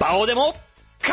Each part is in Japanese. バオでも、カー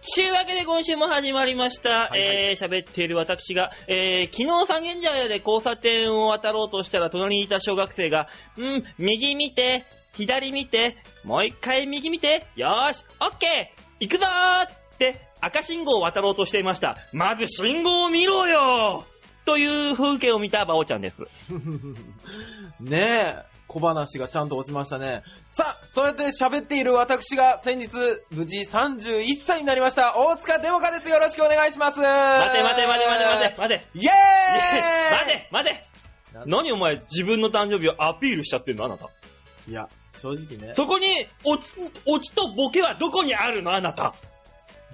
ちゅうわけで今週も始まりました。はいはいえー、喋っている私が、えー、昨日三軒茶屋で交差点を渡ろうとしたら隣にいた小学生が、うん、右見て、左見て、もう一回右見て、よーし、オッケー行くぞーって赤信号を渡ろうとしていました。まず信号を見ろよーという風景を見たバオちゃんです。 ねえ、小話がちゃんと落ちましたね。さあ、そうやって喋っている私が先日、無事31歳になりました、大塚デモカです。よろしくお願いします。待待て待て待て待て待て待てイェーイ 待て待てなん何お前自分の誕生日をアピールしちゃってんのあなた。いや、正直ね。そこに、落ち、落ちとボケはどこにあるのあなた。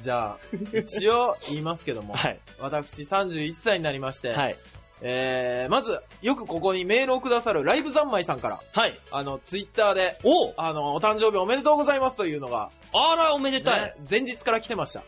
じゃあ、一応言いますけども、はい。私31歳になりまして、はい。えー、まず、よくここにメールをくださるライブ三昧さんから、はい。あの、ツイッターで、おうあの、お誕生日おめでとうございますというのが、あら、おめでたいね。前日から来てました。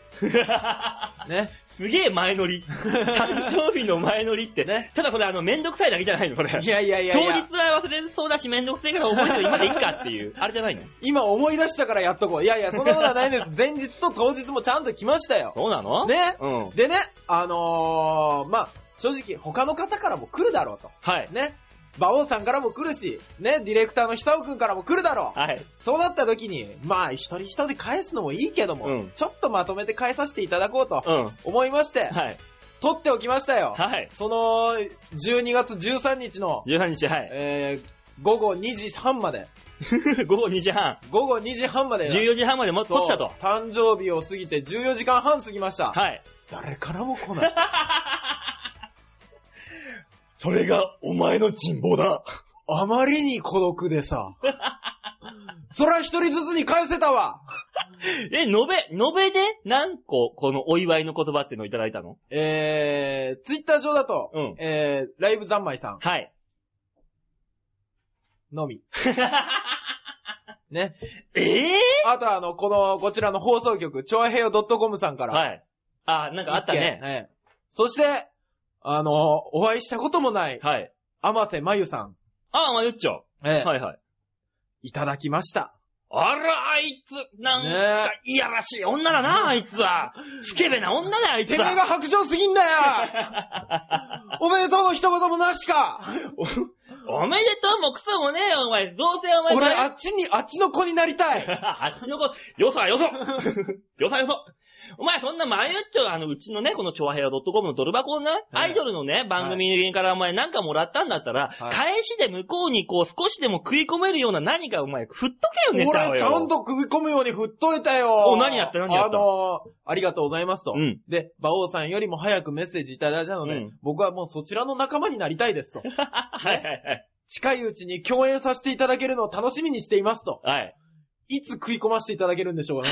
ね。 すげえ前乗 り。誕生日の前乗りって。ねただこれ、あの、めんどくさいだけじゃないの、これ。 いやいやいや当い日や、は忘れそうだし、めんどくせえから覚えて今でいいかっていう。あれじゃないの 今思い出したからやっとこう。いやいや、そんなことはな いです。前日と当日もちゃんと来ましたよ。そうなのね。うん。でね、あのー、まあ、正直他の方からも来るだろうと。はい。ね。馬王さんからも来るし、ね、ディレクターの久尾くんからも来るだろう。はい。そうなった時に、まあ、一人一人返すのもいいけども、うんちょっとまとめて返させていただこうとうん。は思いまして、い。撮っておきましたよ。はい。その、12月13日の、 13日、はい。えー、午後2時半まで、午後2時半。午後2時半まで、 14時半までもそう撮ったと。誕生日を過ぎて14時間半過ぎました。はい。誰からも来ない。 それがお前の人望だ。あまりに孤独でさ、 そら一人ずつに返せたわえ、延べ、延べで何個このお祝いの言葉っていうのをいただいたのえー、ツイッター上だと、うんえー、ライブ三昧さんはい。の み。ね。ええあとあの、この、こちらの放送局、超平洋 .com さんから。はい。あ、なんかあった一ね。件はい。そして、あの、お会いしたこともない、はい。天瀬まゆさん。あ、まゆっちょ。ええはいはい。いただきました。あら、あいつ、なんか、いやらしい女だな、あいつは。スケベな女だよ、あいつてめえは。が白状すぎんだよ おめでとうの一言もなしかおおめでとうもクソもねえよ、お前。どうせお前。俺、あっちに、あっちの子になり たいあっちの子、よそは よそよそはよそお前そんなマユッチョ、あの、うちのね、この超平洋 .com のドル箱のな、アイドルのね、番組からお前なんかもらったんだったら、はい返しで向こうにこう少しでも食い込めるような何かお前、振っとけよ、ネタをよ。俺、ちゃんと食い込むように振っといたよお何やった何やったあのー、ありがとうございますと。うんで、馬王さんよりも早くメッセージいただいたので、うん僕はもうそちらの仲間になりた いですと。はいはい近いうちに共演させていただけるのを楽しみにしていますと。はい。はい。いつ食い込ませていただけるんでしょう ね。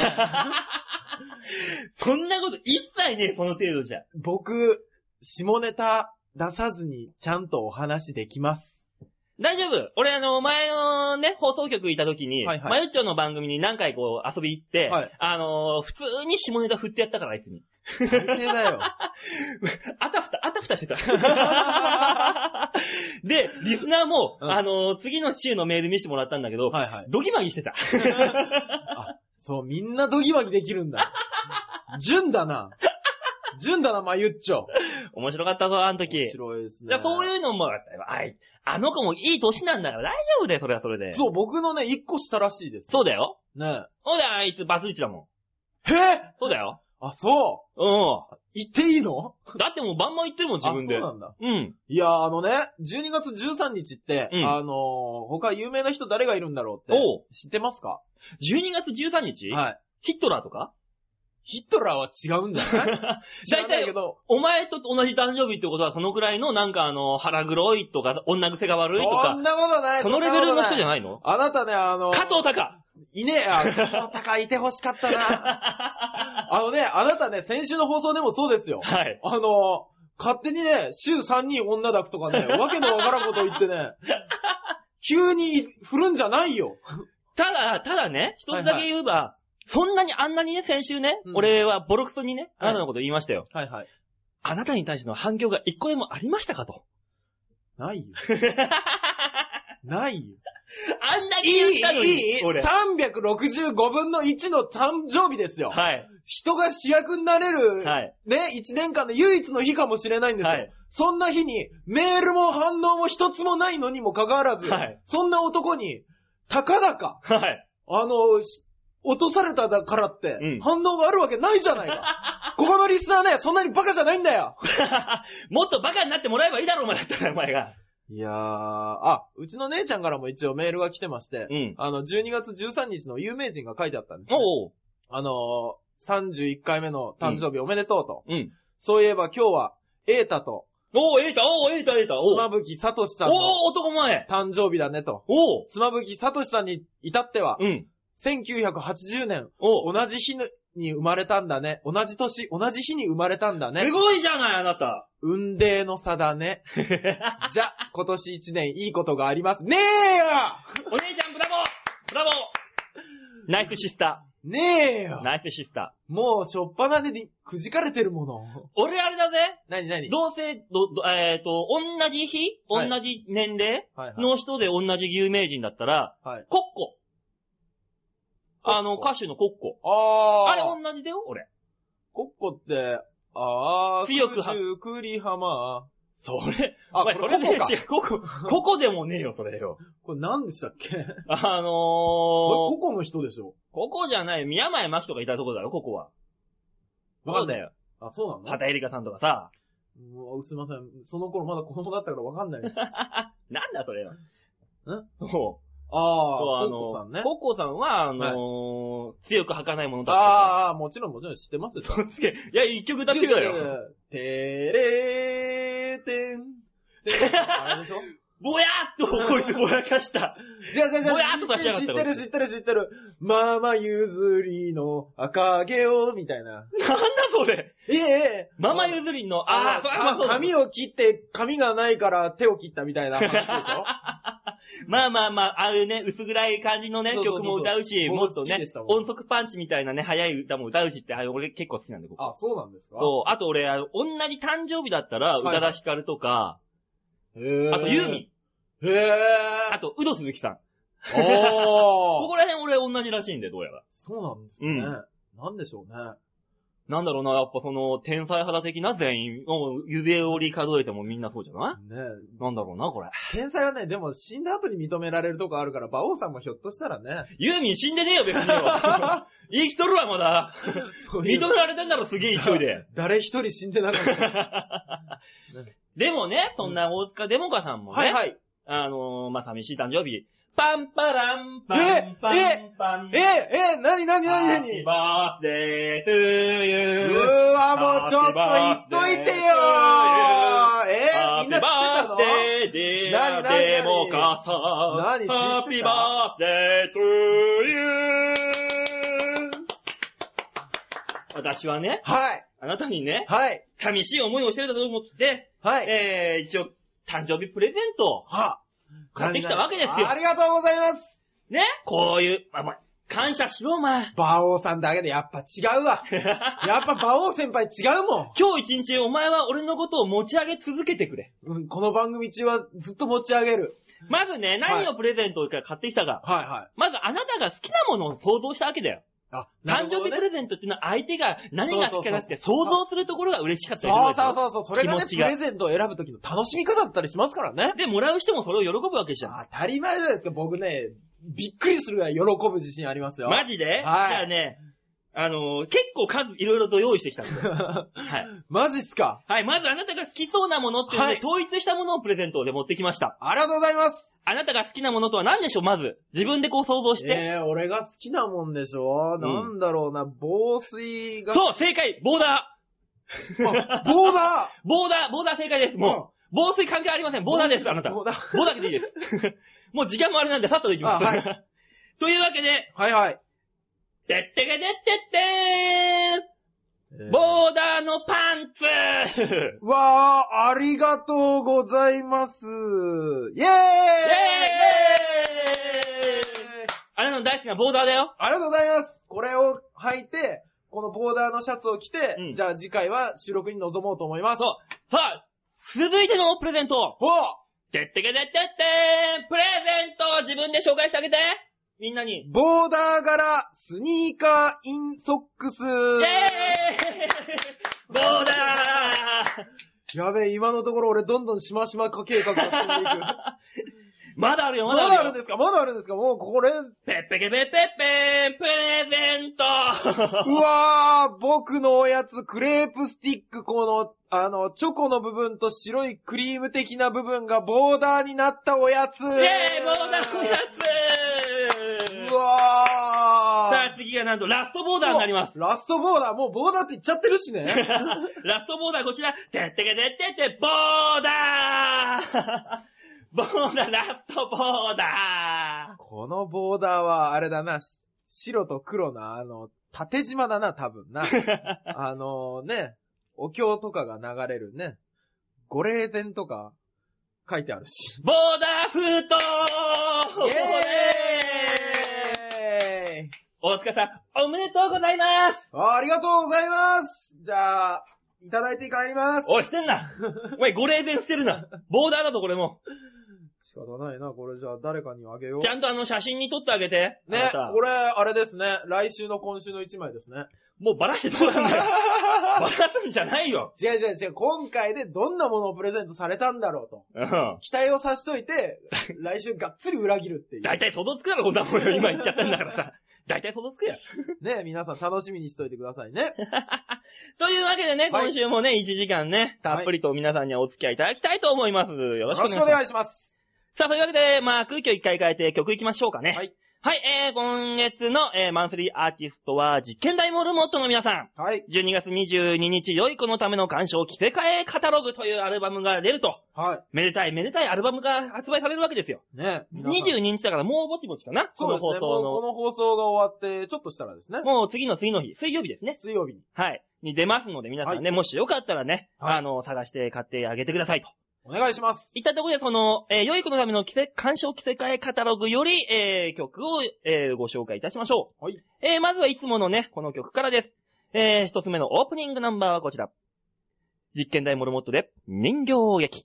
そんなこと一切ねえ、その程度じゃ。僕、下ネタ出さずにちゃんとお話できます。大丈夫。俺、あの、前のね、放送局いた時に、はいはいマユッチョの番組に何回こう遊び行って、はいあの普通に下ネタ振ってやったから、あいつに。最低だ よ。あたふた、あたふたして た。で、リスナーも、うんあのー次の週のメール見せてもらったんだけど、はいはい。ドギマギしてた。そう、みんなドギマギできる んだ。純だな。純だな、まゆっちょ。面白かったぞ、あの面時。白いですね。だそういうのもあったよ。あい、あの子もいい歳なんだから大丈夫だよ、それはそれで。そう、僕のね、一個したらしいです。そうだよ。ねそうだよ、あいつバツイチだもえ。へん。そうだよ。あ、そうう。言っていいのん。だってもうバンバン言ってるもん、自分で。あ、そうなんだ。うん。いやー、あのね、12月13日って、うんあのー、他有名な人誰がいるんだろうって。おう知ってますか12月13日、はい。ヒットラーとかヒットラーは 違うんじゃない知らないけど、お前と同じ誕生日ってことは、そのくらいの、なんかあの、腹黒いとか、女癖が悪いとそかん、なことないそのレベルの人じゃないないのあなたね、あのー、加藤隆いねえや、加藤高いて欲しか ったな。あのね、あなたね、先週の放送でもそうですよ。はい。あのー、勝手にね、週3人女抱くとか ね、わけのわからんこと言ってね、急に振るんじゃないよ。ただ、ただね、一つだけ言えば、そんなにあんなにね、先週ね、うん俺はボロクソにね、あはいなたのこと言いましたよ。はいはい。あなたに対しての反 響が一個でもありましたかと。ないよ。ないよ。あんだいけ言っい、たのに、いい、俺。 365分の1の誕生日ですよ。はい。人が主役になれる、はいね、1年間で唯一の日かもしれないんですよ。はいそんな日に、メールも反応も一つもないのにもかかわらず、はいそんな男に、たかだか、はい。あの、し落とされただからって、うん反応があるわけないじゃない か。ここのリスナーね、そんなにバカじゃないんだよ。もっとバカになってもらえばいいだろ、お前だったら、お前が。いやー、あ、うちの姉ちゃんからも一応メールが来てまして、うんあの、12月13日の有名人が書いてあったんですね、おう。あのー、31回目の誕生日おめでとうと。うん。そういえば今日は、エータと、おう、ええた、おう、ええた、ええた、おう。妻夫木聡さんのおう、男前。誕生日だねと。おう。妻夫木聡さんに至っては、うん。 1980年、おう。同じ日に生まれたんだね。同じ年、同じ日に生まれたんだすね。ごいじゃない、あなた。運命の差だ ね。じゃ、今年1年いいことがあります。ねえよお姉ちゃん、ブラボーブラボーナイスシスタねえー。よナイスシスタもう、しょっぱなでにくじかれてるもー。。の俺あれだぜ。なになに同性、ど、どえっ、と、同じ日同はいじ年齢はいはいの人で同じ有名人だったら、はい。コッコ。あの、コッコ歌手のコッコ。あー。あれ同じだよ、俺。コッコって、あー、強くは九十九里浜。それ、あ、おこ前れそれコでッコか。違う、ココ、ココでもねえよ、それよ。これ何でしたっけあのー、これココの人でしょココじゃない、宮前真紀とかいたとこだよ、ココは。そうだよ。よ。あ、そうなの畑エリカさんとかさ。うわすいません。その頃まだ子供だったからわかん ないです。なんだ、それよ。そう。そう、ああー、の、コッコさんね。ココさんは、あのー強く吐かないものだったから。あー、もちろんもちろん知ってますよ。すげえいや、一曲歌ってみたよ。てれーてん。あれでしょぼやーっと、こいつぼやかした。 じゃあじゃあじゃあぼやっとかしやがっ知たってこるれ知ってる知ってる。ママ譲りの赤毛を、みたいな。なんだそれええええ。ママ譲りの、ああー、あ、まあそうだ髪を切って、髪がないから手を切ったみたいな話でし ょまあまあまあ、ああいうね、薄暗い感じのねそ、うそうそう曲も歌うし、僕もっと好きねでした、もん音速パンチみたいなね、速い歌も歌うしって、あれ俺結構好きなんで、ここ。あ、そうなんですかそう、あと俺、あの同じ誕生日だったら、宇多田ヒカルとか、へあとユーミン、ン。へぇあとウド鈴木さん。ー。こおー。こら辺俺同じらしいんで、どうやら。そうなんですね。うんなんでしょうね。なんだろうな、やっぱその、天才肌的な全員、もう指折り数えてもみんなそうじゃないねえなんだろうな、これ。天才はね、でも死んだ後に認められるとこあるから、馬王さんもひょっとしたらね。ユーミン死んでねえよ、別によ。生きとるわ、まだ。そうい認うめられてんだろ、すげえ 勢いで。誰一人死んでなかった。でもね、そんな大塚デモカさんもね、はいはい。あのー、まあ、寂しい誕生日、パンパラン、パえンパンパン、え、え、なになになにハなッピーにバースデートうゥーユー。ーわ、もうちょっと言っといてよーえー、ハッピーみんな知ってたバーのスデーディアデモカさん。何何何ハッピーバースデートゥーユー。私はね、はい、あなたにね、はい、寂しい思いをしてるだと思って、はい。えー、一応、誕生日プレゼントをは買ってきたわけですよありがとうございますね、こういう、まあまあ、感謝しろ、お 前。馬王さんだけでやっぱ違うわ。やっぱ馬王先輩違うも今日一日お前は俺のことを持ち上げ続けてくれ。ん、うん。この番組中はずっと持ち上げる。まずね、何をプレゼントを買ってきたか。はいはい。まずあなたが好きなものを想像したわけだよ。あ、誕生日プレゼントっていうのは相手が何が好きかなって想像するところが嬉しかったりするそわうけでしそょうそうそう、それがね、気持ちプがレゼントを選ぶときの楽しみ方だったりしますからね。で、もらう人もそれを喜ぶわけじゃん。当たり前じゃないですか、僕ね、びっくりするぐらい喜ぶ自信ありますよ。マジで、いじゃあね、あのー結構数いろいろと用意してきたんだ よ。はい。 マジっすかはい、まずあなたが好きそうなものっていうので、はい統一したものをプレゼントで持ってきました。ありがとうございますあなたが好きなものとは何でしょうまず。自分でこう想像して。えー、俺が好きなもんでしょ、んなんだろうな、防水 が。そう正解ボーダあ棒だーボーダーボーダー正解ですもう、防水関係ありませんボーダーですあなた棒だ。棒だけでいいです。 もう時間もあれなんで、さっとできます。あは というわけで、はいはい。てってけてってってーボーダーのパンツわー、ありがとうございます。イェーイイェーイイェーイあなたの大好きなボーダーだよ。ありがとうございます。これを履いて、このボーダーのシャツを着て、うんじゃあ次回は収録に臨もうと思います。そう。さあ、続いてのプレゼント。おてってけてってってープレゼントを自分で紹介してあげてみんなに。ボーダー柄、スニーカーインソックス。イェーイどうだーやべえ、今のところ俺どんどんしましま化計画が進んでいく。まだあるよ、ままだだああるんるよ。ですかまだあるんですかもうこれ、うペッペケペッペッペーンプレゼントわー、僕のおやつ、クレープスティック、この、あの、チョコの部分と白いクリーム的な部分がボーダーになったおやつ。イイェェーイボーダーのやつうわー。さあ次がなんとラストボーダーになります。もうラストボーダー、もうボーダーって言っちゃってるしね。 ラストボーダーこちら、てってけてってって、ボーダーボーダー、ラストボーダーこのボーダーは、あれだな、し白と黒な、あの、縦縞だな、多分 な。あのね、お経とかが流れるね、五霊禅とか書いてあるし。ボーダー封筒イェーイ大塚さん、おめでとうございますあありがとうございますじゃあ、いただいて帰りますおい、捨てん なお前、ご霊弁捨てるなボーダーだとこれも。仕方ないな、これじゃあ誰かにあげよう。ちゃんとあの写真に撮ってあげて。ねあなた、これ、あれですね。来週の今週の一枚ですね。もうバラしてどうなん だよバラすんじゃないよ違う違う違う、今回でどんなものをプレゼントされたんだろうと。うん。期待をさしと いて、来週がっつり裏切るっていう。大体想像つくだろ、こんなもんよ。今言っちゃったんだからさ。大体想像つくや。ね皆さん楽しみにしといてくださいね。というわけでね、はい今週もね、1時間ね、たっぷりと皆さんにはお付き合いいただきたいと思います。よよろろしくお願いししくます。お願いします。さあ、というわけで、まあ、空気を一回変えて曲いきましょうかね。はい。はい、えー、今月の、えー、マンスリーアーティストは、実験台モルモットの皆さん。はい。 12月22日、良い子のための鑑賞着せ替えカタログというアルバムが出ると、はめでたいめでたいアルバムが発売されるわけですよ。い。ね皆さん22日だからもうぼちぼちかなそうですこね。のもうこ放の放送が終わって、ちょっとしたらですね送の。。もう次の次の日、水曜日ですね。水曜日に。はい。に出ますので、皆さんね、もしよかったらね、はいあの、探して買ってあげてくださいと。お願いします。いったところで、その、えー、良い子のための着せ、鑑賞着せ替えカタログより、えー、曲を、えー、ご紹介いたしましょう。はい。えー、まずはいつものね、この曲からです。えー、一つ目のオープニングナンバーはこちら。実験台モルモットで、人形劇。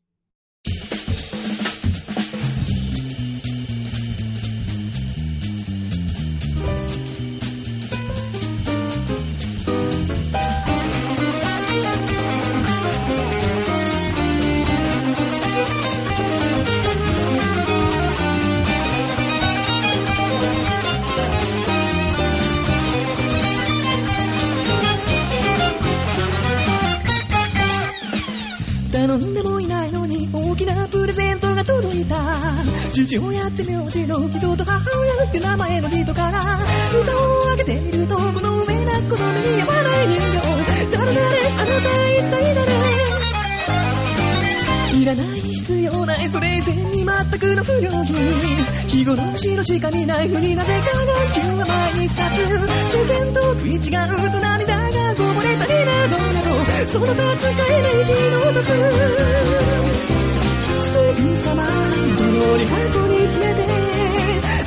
頼んでもいないのに大きなプレゼントが届いた父親って名字の人と母親って名前の人から蓋を開けてみるとこの上なこの目にばない人形誰誰あなた一体誰いらない必要ないそれ以前に全くの不良品日頃の白しか見ないふになぜか眼球は前に二つ世間と食い違うと涙がこぼれたりなどなどその他使えない気の出すすぐさま泥に箱に詰めて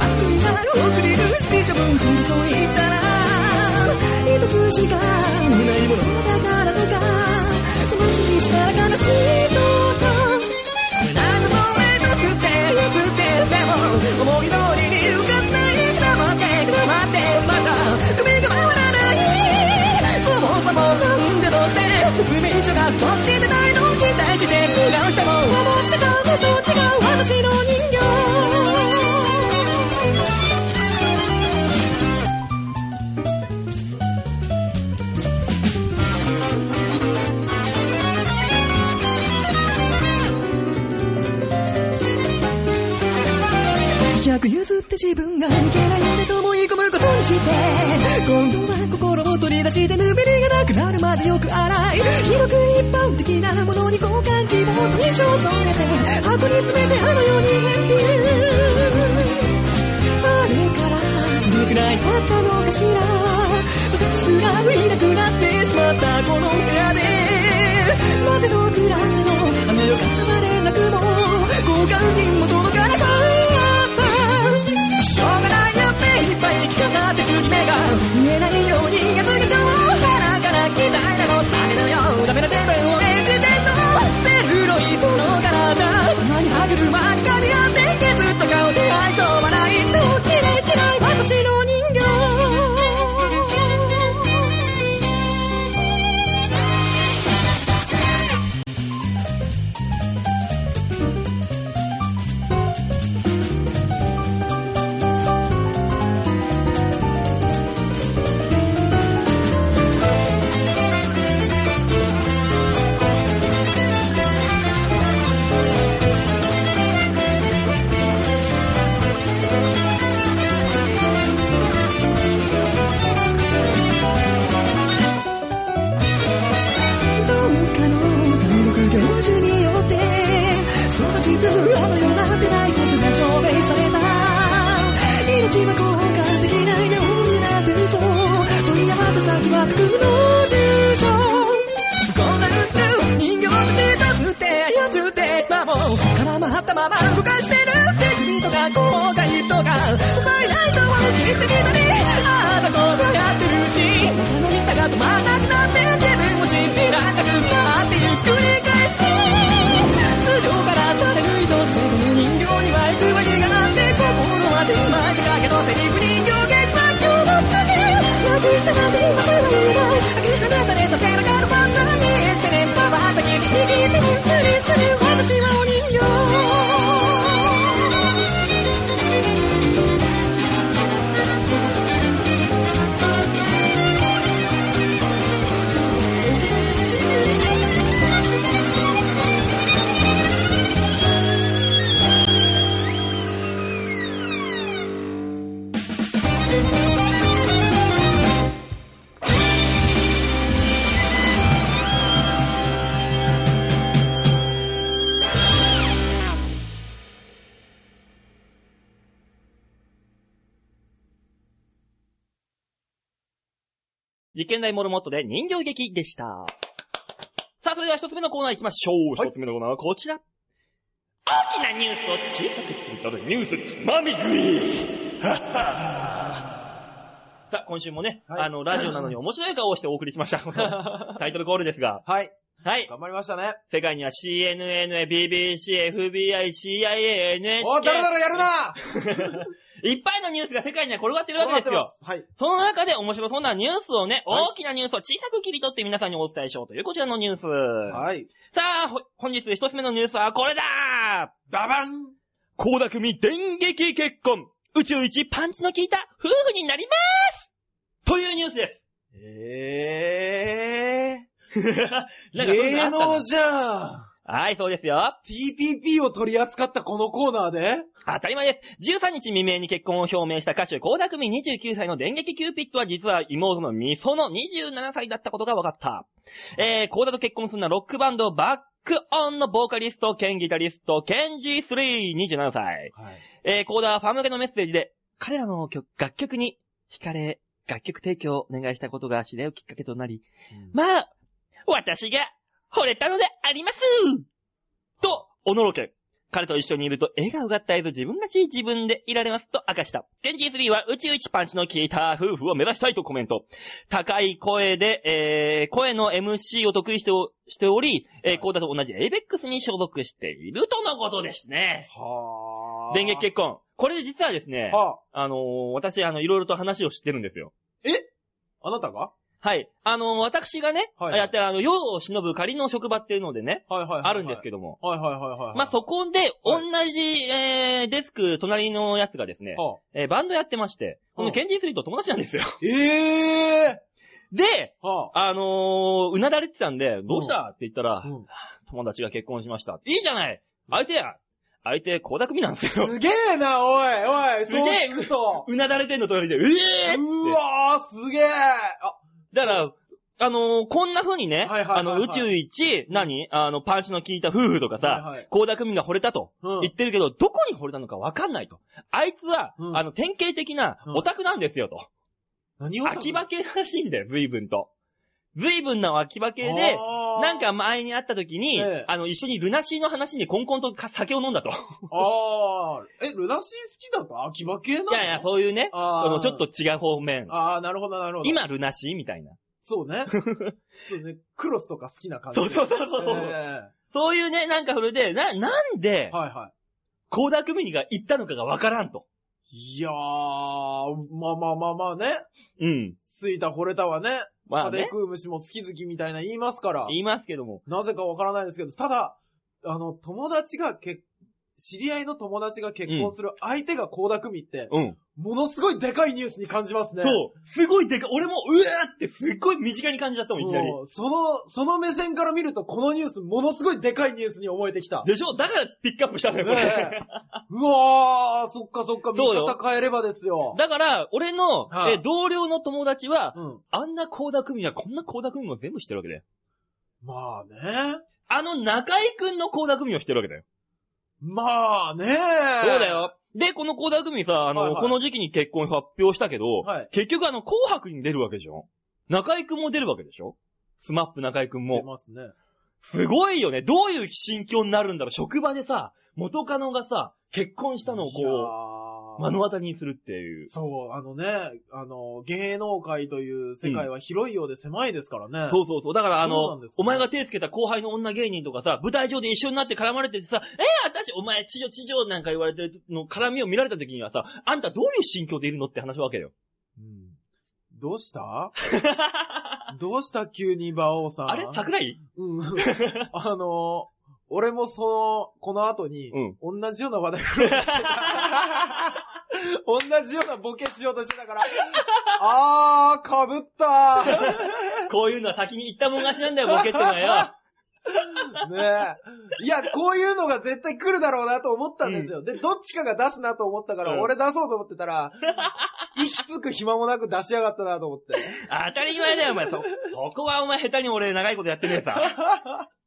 あのにある送り主に処分すると言ったら一つしか売れないものだからとかその次したら悲しいとかなんだそれとって映ってでも思い通りに浮かんない黙って黙ってまた首が回らないそもそもなんでどうして説明書が不足してないのを期待して見直しても思ってたのと違う私の人形100譲って自分がいけないよねと思い込むことにして今度は心を取り出してぬめりがなくなるまでよく洗い広く一般的なものに交換機能と印象を添えて箱に詰めてあの世に返品あれからどれくらい経ったのかしら私すらいなくなってしまったこの部屋でまでのクラスのあの良かったまでなくも交換品も届かなかったしょうがないよ目いっぱい着飾って次目が見えないように安くしょうからから期待なのサメのようダメな自分を演じてんのセルロイドの体たまに歯車らも絡まったまま動かしてる敵とか後悔とかうまいライトを切ってみたりああだこうだやってるうちその見たが止まんなくなって自分を信じられなくなってゆっくり返し通常から誰抜いとセブン人形には行くわけがなくて心は手間近けどセリフ人形結果今日も次なくしたなんて今せはいない諦めたね立てながらバンダナにしてねまばたき右手に移りする私はお人形実験台モルモットで人形劇でした。さあ、それでは一つ目のコーナー行きましょう。はい一つ目のコーナーはこちら。大きなニュースを小さく切り取るニュースつまみ食 いはっはさあ、今週もね、はいあの、ラジオなのに面白い顔をしてお送りしました。 タイトルコールですが。はい。はい。頑張りましたね。世界には CNN、BBC、FBI、CIA、NHK。おー、だらだらやるない っぱいのニュースが世界には転がってるわ頑張けっですてまよ。す。はい。その中で面白そうなニュースをね、はい大きなニュースを小さく切り取って皆さんにお伝えしようというこちらのニュース。はい。さあ、ほ本日一つ目のニュースはこれだババン高田組電撃結婚宇宙一パンチの効いた夫婦になりますというニュースです。えー。 なんかそういうのあっ芸た能のじゃん。はい、そうですよ。 TPP を取り扱ったこのコーナーで当たり前です。13日未明に結婚を表明した歌手、高田組29歳の電撃キューピットは実は妹のミソの27歳だったことが分かった。えー、高田と結婚するのはロックバンドバックオンのボーカリスト、兼ギタリスト、ケンジー3、27歳。はい。えー、高田はファン向けのメッセージで、彼らの曲楽曲に惹かれ、楽曲提供をお願いしたことが知り合うきっかけとなり、まあ、私が惚れたのでありますと、おのろけ。彼と一緒にいると笑顔が絶えず自分らしい自分でいられますと明かした。ケンジー3は宇宙一パンチの効いた夫婦を目指したいとコメント。高い声で、えー、声の MC を得意しておしており、えー、コーダと同じ ABEX に所属しているとのことですね。はぁ電撃結婚。これ実はですね、はあのー私、あの、いろいろと話を知ってるんですよ。ぁあなたがはい。あの、私がね、はいはいやってる、あの、世を忍ぶ仮の職場っていうのでね、はいはいはいはい。あるんですけども。はいはいはいはいはい。まあ、そこで、同じ、えー、デスク、隣のやつがですね、はえーバンドやってまして、こうのんケンジースリーと友達なんですよ。 ぁえで、ぇはぁあのーうなだれてたんで、どうしたって言ったら、うん友達が結婚しました。いいじゃない相手や相手、高田組なんですよ。すげえな、おい、おい、すげえそう聞くとうなだれてんの隣で、うえーうわぁ、すげえあ、だから、あのーこんな風にね、はいはいはいはいあの、宇宙一、何あの、パンチの効いた夫婦とかはさいはい、高田組が惚れたとうん言ってるけど、どこに惚れたのかわかんないと。あいつは、うんあの、典型的なうんオタクなんですよと。何を秋葉系らしいんだよ、随分と。随分な秋葉系で、なん、か前に会った時に、ええあの、一緒にルナシーの話にコンコンとか酒を飲んだ と。あーあー、え、ルナシー好きだと秋葉系なのいやいや、そういうね、そあーのちょっと違う方面。ああ、なるほど、なるほど。、今ルナシーみたいな。そ うね。そうね、クロスとか好きな感じ。そうそうそうそう。えそういうね、なんかそれで、な、なんでえ、はいはい。高田組が行ったのかがわからんと。いやー、まあまあまあまあね。うん。ついた惚れたはね、まあ食べね、食う虫も好き好きみたいな言いますから、言いますけども。なぜかわからないですけど、ただ、あの、友達が結、知り合いの友達が結婚する相手が高田組って、うん。ものすごいでかいニュースに感じますね。そう。すごいでかい。俺も、うわーってすっごい身近に感じちゃったもん、いきなり。もうその、その目線から見ると、このニュース、ものすごいでかいニュースに思えてきた。でしょだからピックアップしたんだよ、こねれ。えうわー、そっかそっか、見そうよ方変えればですよ。だから、俺の、はいえ同僚の友達は、うん。あんな高田組はこんな高田組も全部知ってるわけだよ。まあね。あの中井くんの高田組を知ってるわけだよ。まあね。そうだ。よ。で、この高田組さ、あの、はいはいこの時期に結婚発表したけど、はい結局あの、紅白に出るわけじゃん。中井くんも出るわけでしょスマップ中井くん出も。ますね。すごいよね。どういう心境になるんだろう。職場でさ、元カノがさ、結婚したのをこう、こ目の当たりにするっていう。そう、あのね、あの、芸能界という世界は広いようで狭いですからね。そうそうそう。だからあそうなの、んですかお前が手つけた後輩の女芸人とかさ、舞台上で一緒になって絡まれててさ、えー、私、お前、地上地上なんか言われてるの、絡みを見られた時にはさ、あんたどういう心境でいるのって話わけよ。うんどうした どうした急に馬王さん。あれ桜井うん。 あの、俺もその、この後に、同じような話題来る んですよ同じようなボケしようとしてた から、あー、かぶったこういうのは先に言ったもん勝ちなんだよ、ボケってのはよ。ー ねえ。いや、こういうのが絶対来るだろうなと思ったんですよ。で、どっちかが出すなと思ったから、うん俺出そうと思って たら、息つく暇もなく出しやがったなと 思って。当たり前だよ、お前。そ、そこはお前下手に俺長いことやってねえ さ。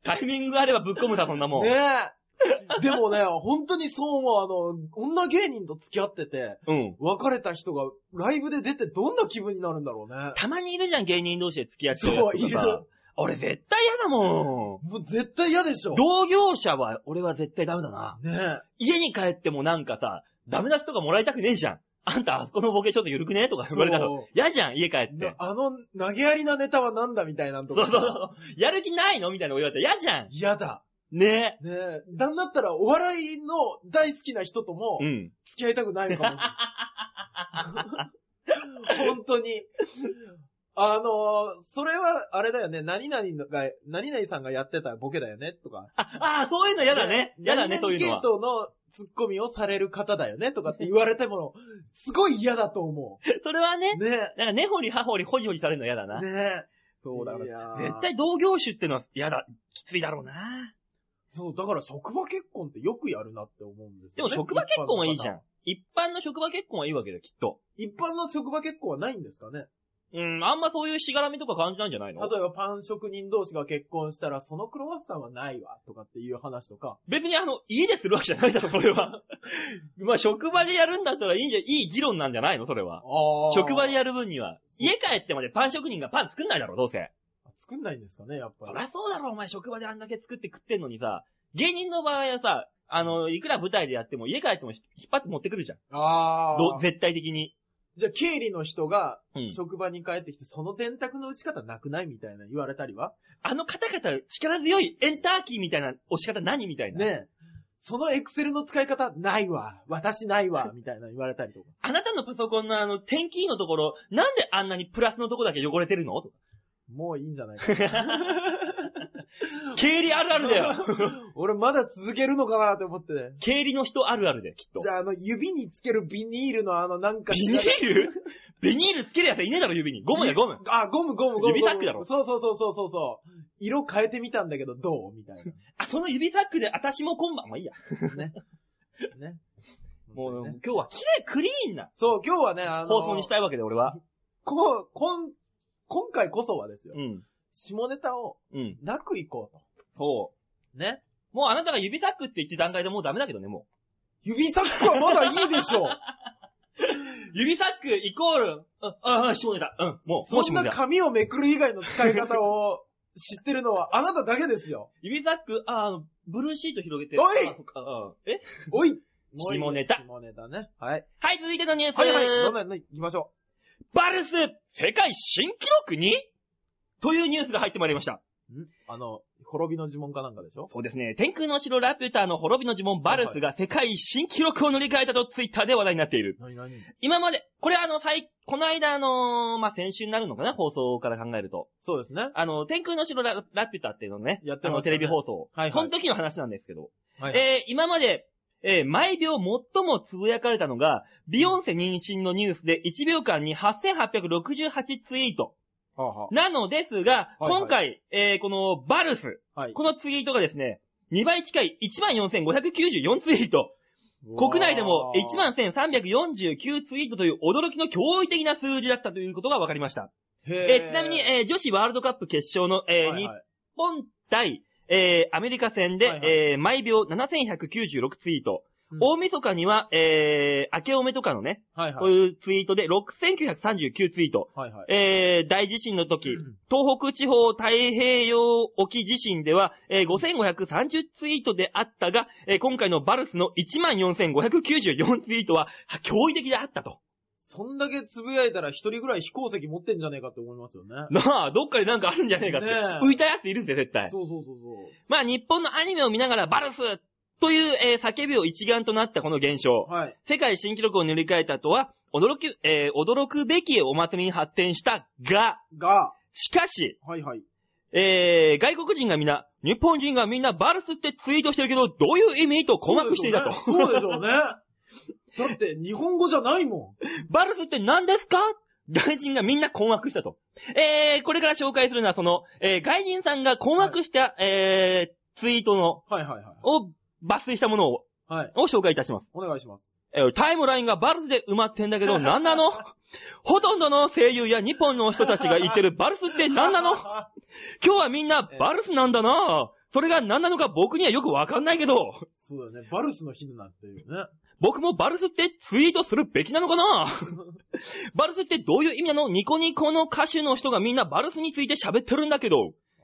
タイミングあればぶっ込むさ、そんなもん。ねえ。でもね、本当にそう思う。あの、女芸人と付き合ってて、うん。別れた人がライブで出てどんな気分になるんだろうね。たまにいるじゃん、芸人同士で付き合ってるやつとかさそういる俺絶対嫌だももう絶対嫌でしょ。ん。同業者は、俺は絶対ダメだな。ねえ。家に帰ってもなんかさ、ダメ出しとかもらいたくねえじゃん。あんたあそこのボケちょっと緩くねとか言われたらそう、嫌じゃん、家帰って。あの、投げやりなネタはなんだみたいなんとそうか。そうそう。やる気ないのみたいなこと言われたら嫌じゃん。嫌だ。ねねえ。なんだったら、お笑いの大好きな人ともえ。う、ん。付き合いたくないのかもしれない。本当に。あのーそれは、あれだよね、何々のが、何々さんがやってたボケだよね、とか。ああ、そういうの嫌だね。嫌だね、そういうのは何。々系統のツッコミをされる方だよね、とかって言われても、すごい嫌だと思それはねう。、ねなんか根掘り葉掘りほじほじされるの嫌だな。え。ねえ。そうだからいやー絶対同業種ってのは嫌だ、きついだろうな。そう、だから職場結婚ってよくやるなって思うんですでよ、もね。職場結婚はいいじゃん。ん。一般の職場結婚はいいわけだよ、きっと。一般の職場結婚はないんですかねうん、あんまそういうしがらみとか感じないんじゃないの例えばパン職人同士が結婚したら、そのクロワッサンはないわ、とかっていう話とか。別にあの、家でするわけじゃないだろ、これは。 まあ、職場でやるんだったらいいんじゃ、いい議論なんじゃないのそれは。あ職場でや、やる分には。家帰ってまでパン職人がパン作んないだろ、どうせ。作んないんですかね、やっぱそり。りゃそうだろ、お前職場であんだけ作って食ってんのにさ、芸人の場合はさ、あの、いくら舞台でやっても家帰っても引っ張って持ってくるじゃん。あどー絶対的に。じゃあ、経理の人がうん、職場に帰ってきて、その電卓の打ち方なくないみたいな言われたりはあの方々、力強いエンターキーみたいな押し方何みたいな。ねえ。そのエクセルの使い方ないわ、私ないわ、みたいな言われたりとか。あなたのパソコンのあの、点キーのところ、なんであんなにプラスのとこだけ汚れてるのとかもういいんじゃないかな。経理あるあるだよ。 俺まだ続けるのかなって思ってね。経理の人あるあるだよ、きっとじ。ゃあ、あの、指につけるビニールのあの、なんかビ知ニらない、ールビニールつけるやついねえだろ、指に。ゴムだよ、ゴム。あ、ゴムゴムゴムゴム。指サックだろそうそうそうそうそうそう。色変えてみたんだけど、どうみたいあ、その指サックで私も今晩。まあいいや。な。ね。ね。もう、ね今日は綺麗クリーンなそう、今日はね、あの、放送にしたいわけで、俺 は。こう、こん、今回こそはですよ。うん。下ネタをうん。なくいこうそう。と。ね。もうあなたが指サックって言って段階でもうダメだけどね、も指サックはまだいいでしょう。う。指サックイコール、あ、あ、下ネタ。うん、 もう、もうそ下んネなタ。紙をめくる以外の使い方を知ってるのはあなただけで すよ。指サック、あ、あの、ブルーシート広げて。おいあそっかあえおい下ネタ下ネタね。はい。はい、続いてのニュース。はいはい。どんどんどん行きましょバルス、世界新記録にというニュースが入ってまいりました。う。んあの、滅びの呪文かなんかでしょそうですね。天空の城ラピュタの滅びの呪文バルスが世界新記録を塗り替えたとツイッターで話題になっている。なになに今まで、これあの、最、この間あのーまあ、先週になるのかな放送から考えると。そうですね。あの、天空の城ララピュタっていうのね。やってましたねあの、テレビ放送。はいはいこの時の話なんですけど。はえー今まで、えー毎秒最もつぶやかれたのが、ビヨンセ妊娠のニュースで1秒間に8868ツイート。はあはなのですが、はいはい今回、えーこのバルス、あはいこのツイートがですね、2倍近い14,594ツイート。国内でも11,349ツイートという驚きの驚異的な数字だったということが分かりました。えーちなみに、えー女子ワールドカップ決勝の、えー日本対、えーアメリカ戦で、はいはいえー毎秒7196ツイート。うん大晦日には、えー、明けおめとかのね、はいこうはい。いうツイートで、6939ツイート。はいはい。えー、大地震の時、東北地方太平洋沖地震では、えー、5530ツイートであったが、えー今回のバルスの14594ツイートは、は驚異的であったと。そんだけつぶやいたら一人ぐらい飛行石持ってんじゃねえかって思いますよね。なあ、どっかでなんかあるんじゃねえかって。ねえ浮いたやついるぜ、絶対。そうそうそうそまあ、日本のアニメを見ながらバルスという、えー叫びを一丸となったこの現象う。。はい。世界新記録を塗り替えた後は、驚き、えー驚くべきお祭りに発展したが、が、しかし、はいはい。えー外国人がみんな、日本人がみんなバルスってツイートしてるけど、どういう意味と困惑していたと。そうでしょうね。そうでしょうねだって、日本語じゃないもバルスって何ですか外人がみんな困惑したと。えーこれから紹介するのはその、えー外人さんが困惑した、えーツイートの、ん。はいはいはい。を抜粋したものを、はい。を紹介いたします。お願いします。えータイムラインがバルスで埋まってんだ けど、なんなのほとんどの声優や日本の人たちが言ってるバルスってなんなの今日はみんなバルスなんだなそれが何なのか僕にはよくわかんないけど、そうだね。バルスの日なんていうね。僕もバルスってツイートするべきなのかな バルスってどういう意味なのニコニコの歌手の人がみんなバルスについて喋ってるんだけど。あ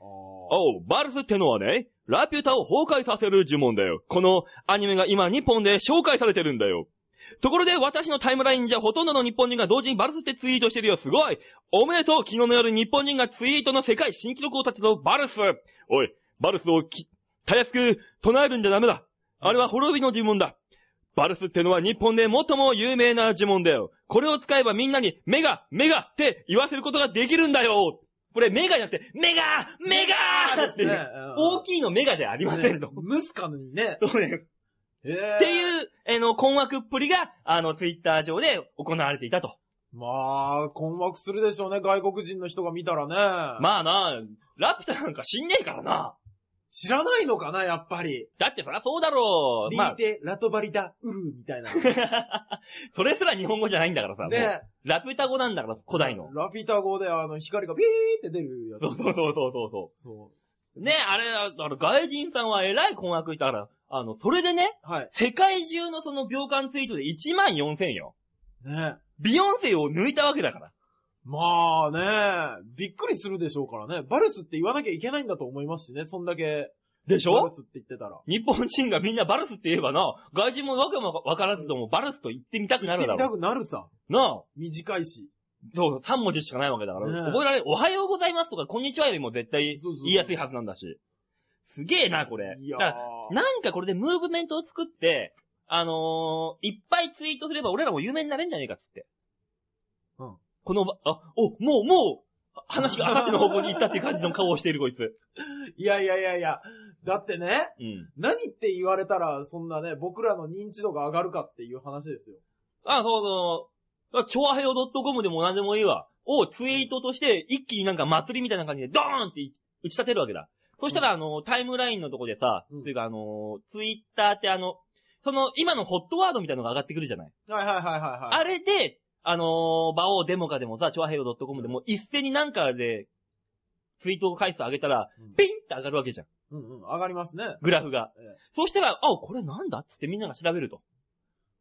おう、バルスってのはね、ラピュタを崩壊させる呪文だよ。このアニメが今日本で紹介されてるんだよ。ところで私のタイムラインじゃほとんどの日本人が同時にバルスってツイートしてるよ。すごいおめでとう昨日の夜日本人がツイートの世界新記録を立てたバルスおい、バルスをき、たやすく唱えるんじゃダメだ。あれは滅びの呪文だ。バルスってのは日本で最も有名な呪文だよ。これを使えばみんなにメガ、メガって言わせることができるんだよ。これメガじゃなくて、メガメガーっていう、ねうん大きいのメガではありませんと。ねムスカのにね。そうねへえっていう、あの、困惑っぷりが、あの、ツイッター上で行われていたと。まあ、困惑するでしょうね、外国人の人が見たらね。まあな、ラピュタなんか死んねえからな。知らないのかな、やっぱり。だってそりゃそうだろう。リまーあ、テ、ラトバリダ、ウルーみた いな。それすら日本語じゃないんだからさ。もうね。ラピュタ語なんだから、古代の。ラピュタ語で、あの、光がビーって出るやつそ。うそうそうそうそ。そうね、あれ、あの、外人さんは偉い困惑いたから、あの、それでね、う。はい。世界中のその秒間ツイートで1万4000よ。ねビヨンセを抜いたわけだから。まあね、びっくりするでしょうからね。バルスって言わなきゃいけないんだと思いますしね、そんだけ。でしょバルスって言ってたら。日本人がみんなバルスって言えばな、外人もわけもわからずともバルスと言ってみたくなるだ行ってみたろくなるさ。う。なあ、短いし。そう、3文字しかないわけだから、ねえ覚えられる、おはようございますとか、こんにちはよりも絶対そうそうそう言いやすいはずなんだし。すげえな、これ。いやだからー。なんかこれでムーブメントを作って、あのー、いっぱいツイートすれば俺らも有名になれんじゃねえかっつって。うん。この、あ、お、もう、もう、話があさっての方向に行ったっていう感じの顔をしているこいつ。いやいやいやいや。だってね、うん。何って言われたら、そんなね、僕らの認知度が上がるかっていう話ですよ。あ、そうそう。超アヘオ .com でも何でもいいわ。をツイートとして、一気になんか祭りみたいな感じで、ドーンって打ち立てるわけだ。そしたら、あの、タイムラインのとこでさ、うんというか、あの、ツイッターってあの、その、今のホットワードみたいなのが上がってくるじゃない。はいはいはいはい、はい。あれで、あのー、バオーデモカでもさ、超アヘオ .com でも、一斉になんかで、ツイート回数上げたらうん、ピンって上がるわけじゃん。うんうん、上がりますね。グラフがええ。そうしたら、あ、これなんだっつってみんなが調べると。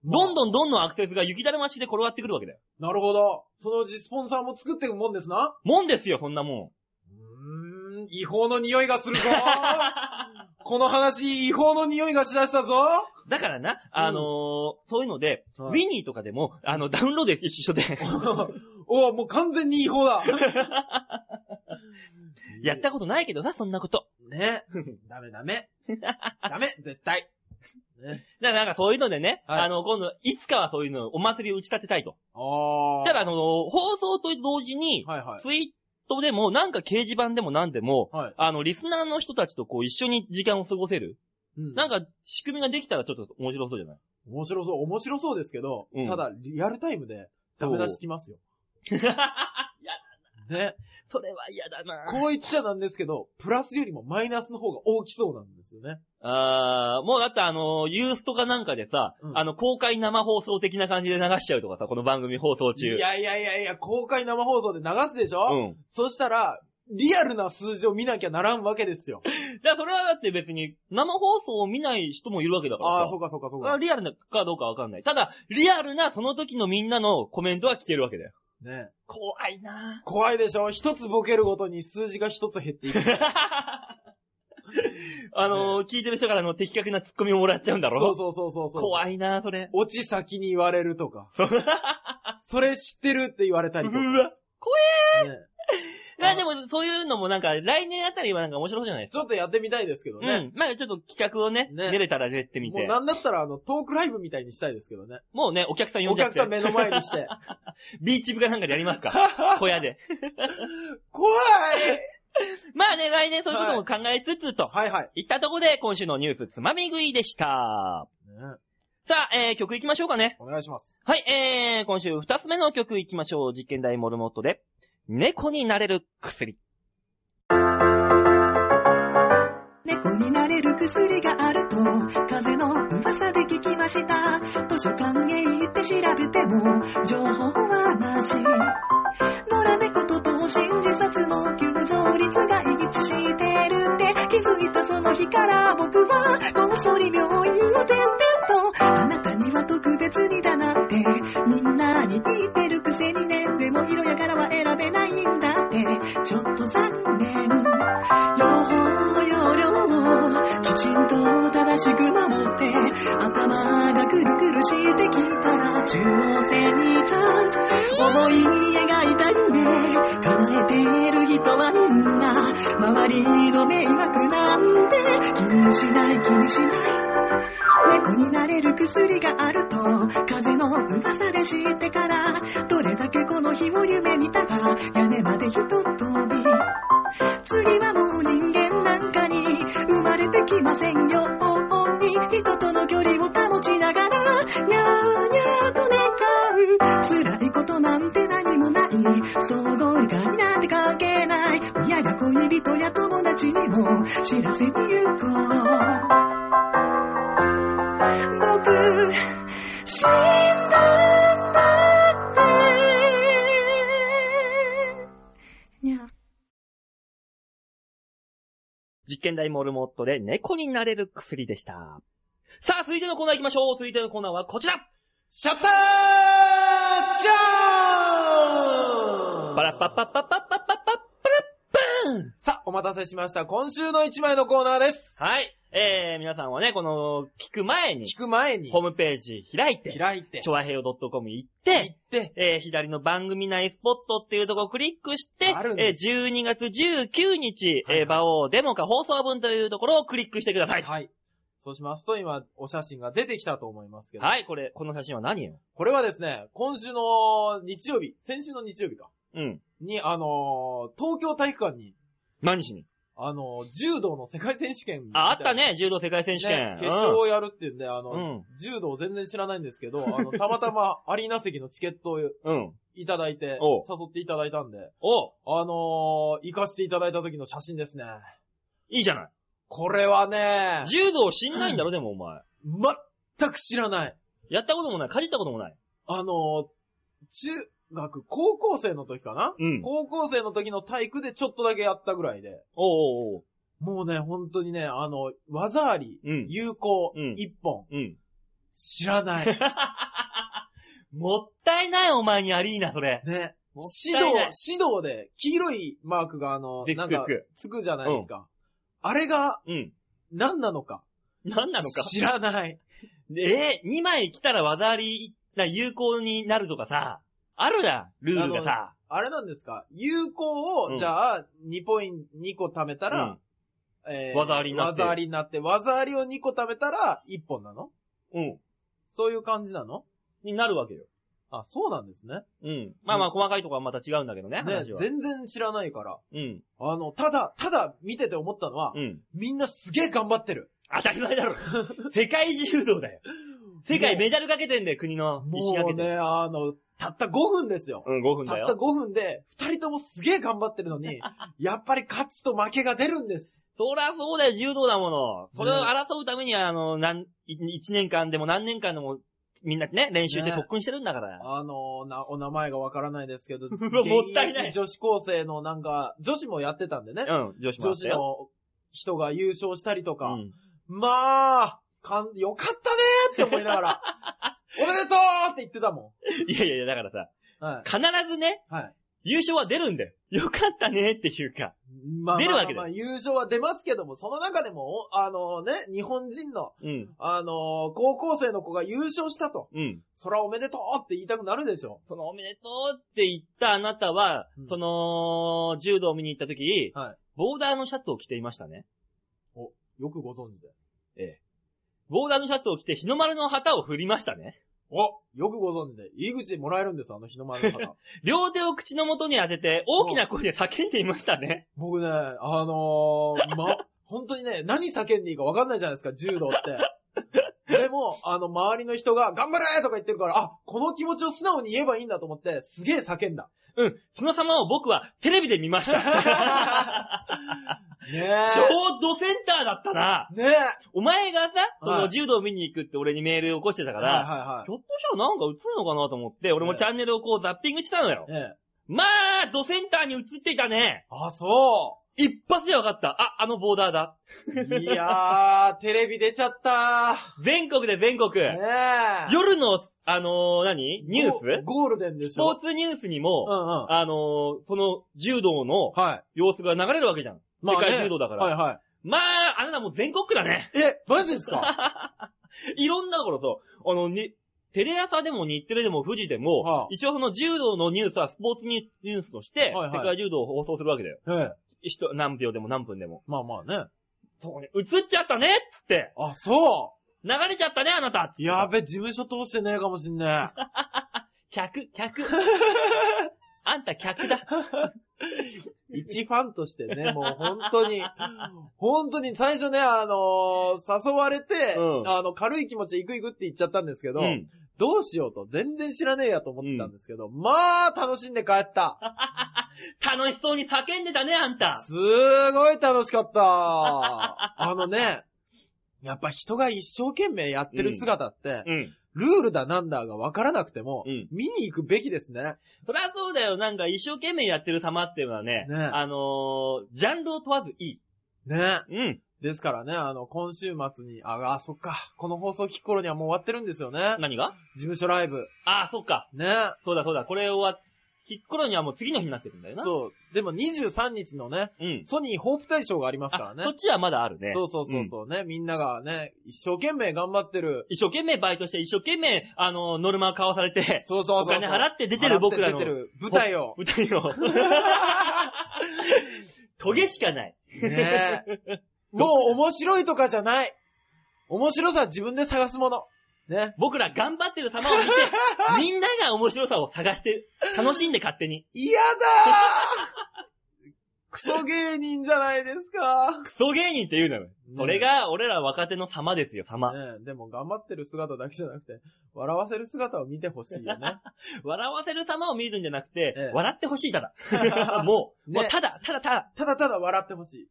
どんん。どんどんどんアクセスが雪だるま式で転がってくるわけだよ。なるほど。そのうちスポンサーも作っていくもんですな。もんですよ、そんなもうーん、違法の匂いがす るぞ。この話、違法の匂いがしだしたぞ。ん。だからな、あのーそういうので、はいウィニーとかでも、あの、ダウンロード一緒で、おうもう完全に違法だ。 やったことないけどさ、そんなこと。ね。ダメ ダメ。ダメ、絶対。ね。だからなんかそういうのでね、はいあの、今度、いつかはそういうの、お祭りを打ち立てたいと。あー。ただ、あのー放送と同時に、はいはい。ツイートでも、なんか掲示板でもなんでも、はい。あの、リスナーの人たちとこう、一緒に時間を過ごせる。うんなんか、仕組みができたらちょっと面白そうじゃない面白そう、面白そうですけど、うんただ、リアルタイムで、ダメ出しきますよ。 ね。それは嫌だなこう言っちゃなんですけど、プラスよりもマイナスの方が大きそうなんですよね。あー、もうだってあの、ユースとかなんかでさ、うんあの、公開生放送的な感じで流しちゃうとかさ、この番組放送中。いやいやいやいや、公開生放送で流すでしょ、うん。そしたら、リアルな数字を見なきゃならんわけですよ。じゃあそれはだって別に生放送を見ない人もいるわけだからさ。ああ、そうかそうかそうまあか。リアルなかどうかわかんない。ただ、リアルなその時のみんなのコメントは聞けるわけだよ。ね怖いな怖いでしょ一つボケるごとに数字が一つ減っていく。あのー、聞いてる人からの的確なツッコミをもらっちゃうんだろそうそうそうそうそう。い。怖いなそれ。落ち先に言われると か。それ知ってるって言われたうりとか。ねわ。まあでも、そういうのもなんか、来年あたりはなんか面白そうじゃないですちょっとやってみたいですけどか。ね。うん。まあちょっと企画をね、ね出れたら出てみもうて。なんだったらあの、トークライブみたいにしたいですけどね。もうね、お客さん呼おんじゃっ客て。さん目の前に して。ビーチ部かなんかでやります か小屋で。怖いまあね、来年そういうことも考えつつと。はいはい。いったとこで、今週のニュースつまみ食いでした。ねさあ、えー、曲行きましょうかね。お願いします。はい、えー、今週二つ目の曲行きましょう。実験台モルモットで、猫になれる薬。猫になれる薬があると風の噂で聞きました図書館へ行って調べても情報はなし野良猫と投身自殺の急増率が一致してるって気づいたその日から僕はこっそり病院を転々とあなたには特別にだなってみんなに言ってるくせにねでも色や柄は選べないんだってちょっと残念両方要領をきちんと正しく守って頭がくるくるしてきたら中央線にちゃんと思い描いた夢叶えている人はみんな周りの迷惑なんて気にしない気にしない猫になれる薬があると風の噂で知ってからどれだけこの日を夢見たか屋根までひとっ飛び次はもう人間なんかに生まれてきませんように人との距離を保ちながらにゃーにゃーと願う辛いことなんて何もない総合外なんて関係ない親や恋人や友達にも知らせに行こう僕死んだんだってにゃー実験台モルモットで、猫になれる薬でした。さあ、続いてのコーナー行きましょう。続いてのコーナーはこちらシャッターチャーンパラッパッパッパッパッパッパッパッパラッパーンさあ、お待たせしました。今週の一枚のコーナーです。はい。えー、皆さんはね、この、聞く前に聞、く前にホ、ームページ開いて、開いてち、ょわへよ .com 行っ行て、って、えー、左の番組内スポットっていうとこをクリックしてあるん、えでー、12月19日、はいはいえー、馬王デモか放送分というところをクリックしてください。はい。そうしますと、今、お写真が出てきたと思いますけど、はい、これ、この写真は何よこれはですね、今週の日曜日、先週の日曜日か、うん。に、あのー東京体育館に、何しにあのー柔道の世界選手権みたいなあ、あったね、柔道世界選手権ね。決勝をやるっていうんで、あの、うん柔道全然知らないんですけど、あの、たまたまアリーナ席のチケットをうん。うん。いただいて、おう誘っていただいたんで、おうあのー、行かせていただいた時の写真ですね。いいじゃない。これはね、柔道知んないんだろ、でもお前。全く知らない。やったこともない、かじったこともない。あのー、中学、高校生の時かな、うん。高校生の時の体育でちょっとだけやったぐらいで、おうおうおう。もうね、本当にね、あの、技あり、うん有効うん、一、本、うん。知 らない。もったいない、お前にアリーナ、それ。ね。もった指い導ない、指導で、黄色いマークがあの、でなんつかくつく、つくじゃないですか。あれが、うん。何なのか。何なのか。知らない。 えー、2枚来たら技ありな有効になるとかさ、あるだ、ルールがさ。あれなんですか有効を、うんじゃあ、2ポイント、2個貯めたら、え技ありになって技ありになって、技ありを2個貯めたら、1本なのうん。うん。そういう感じなのになるわけよ。あ、そうなんですね。うん。まあまあ、細かいとこはまた違うんだけどね、ね話は。全然知らないから。うん。あの、ただ、ただ見てて思ったのは、うん。みんなすげえ頑張ってる。当たり前だろ。 世界柔道だよ。世界メダルかけてんだよ、国の石かもけうて。ね、あの、たった5分ですよ。うん、5分ただったよ。 5分で、2人ともすげえ頑張ってる のに、やっぱり勝ちと負けが出るんです。そりゃそうだよ、柔道だもの。それをね争うためには、あの、何、1年間でも何年間でもみんなね、練習でね特訓してるんだから。あのな、お名前がわからないですけど、わ もったいない現役女子高生のなんか、女子もやってたんでね、うん、女子もあ女っ子たよ。の人が優勝したりとか、うんまあ、かん、よかったねーって思いな がら、おめでとうって言ってたもいやいやいや、だからさ、ん。はい。必ずね、はい。優勝は出るんだよ。よかったねっていうか。まあ、出るわけだよまあまあ優勝は出ますけども、その中でも、おあのね、日本人の、うん、あの高校生の子が優勝したと、うん。そらおめでとうって言いたくなるでしょ。そのおめでとうって言ったあなたは、うんその、柔道を見に行った時、はボーダーのシャツを着ていましたね。い。よくご存知で。ええ。ボーダーのシャツを着て日の丸の旗を振りましたね。およくご存知で。入り口もらえるんです、あの日の丸の方。両手を口の元に当てて、大きな声で叫んでいましたね。僕ね、あの ー、ま、本当にね、何叫んでいいか分かんないじゃないですか、柔道 って。でも、あの、周りの人が、頑張れとか言ってるから、あ、この気持ちを素直に言えばいいんだと思って、すげえ叫んだ。うん。その様を僕はテレビで見ま した。ねえ。ちょうどセンターだったな。ねえ。お前がさ、そはのい柔道を見に行くって俺にメールを起こしてたかはいら、はひょっとしたらなんか映るのかなと思って、俺もチャンネルをこうザッピングしてたのよい。はい。ええ。まあ、ドセンターに映っていたね。あ、そ一発で分かった。あ、あのボーダーだ。う。い やー、テレビ出ちゃった全国で全国。ー。ねえ。夜の、あのー何ニュースゴゴールデンでスしポょーツニュースにうも、んうん。あのーその柔道のはい。様子が流れるわけじゃん。まあね世界柔道だからはいはまあ、あなたもう全国区だね。い。え、マジで すかいろんなところそう。あの、に、テレ朝でも日テレでも富士でも、はあ一応その柔道のニュースはスポーツニュニュースとして、はいはい世界柔道を放送するわけだよ。ええ。一何秒でも何分でも。まあまあね。そこに映っちゃったねっつって、あ、そう。流れちゃったねあなたっつってやべ、事務所通してねえかもしんねえ。客、客。あんた客だ。一ファンとして ね、もう本当に、本当に最初ね、あのー誘われて、うんあの、軽い気持ちで行く行くって言っちゃったんですけど、ど うしようと、全然知らねえやと思ってたんですけど、まあ、楽しんで帰 った。楽しそうに叫んでたね、あんた。すーごい楽しかった。あのね、やっぱ人が一生懸命やってる姿って、うん。ルールだなんだが分からなくても、うん見に行くべきですね。そりゃそうだよ。なんか一生懸命やってる様っていうのはね、ねあのー、ジャンルを問わずいい。ね。うん。ですからね、あの、今週末に、あ、あ、そっか、この放送聞く頃にはもう終わってるんですよね。何が事務所ライブ。ああ、そっか。ね。そうだそうだ。これ終わっ、引っ頃にはもう次の日になってるんだよな。う。そう。でも23日のね、うん。ソニーホープ大賞がありますからあ、そねっ。ちはまだあるね。そうそうそうそうね、みんながね、一生懸命頑張ってる。一生懸命バイトして、一生懸命、あのー、ノルマを買わされて、そうそうそうそう。お金払って出てる僕らの払って出てる舞台を。歌 よ。トゲしかない。 ねもう面白いとかじゃない。面白さは自分で探すもの。ね。僕ら頑張ってる様を 見て、みんなが面白さを探して、楽しんで勝手に。嫌だ ークソ芸人じゃないですか。クソ芸人って言うなよ。それが、俺ら若手の様ですよ、様。ねえ、でも頑張ってる姿だけじゃなくて、笑わせる姿を見てほしいよね。笑わせる様を見るんじゃなくて、ええ笑ってほしい、た だ。もう、ねもうただ、ただ、ただ。ただただ笑ってほしい。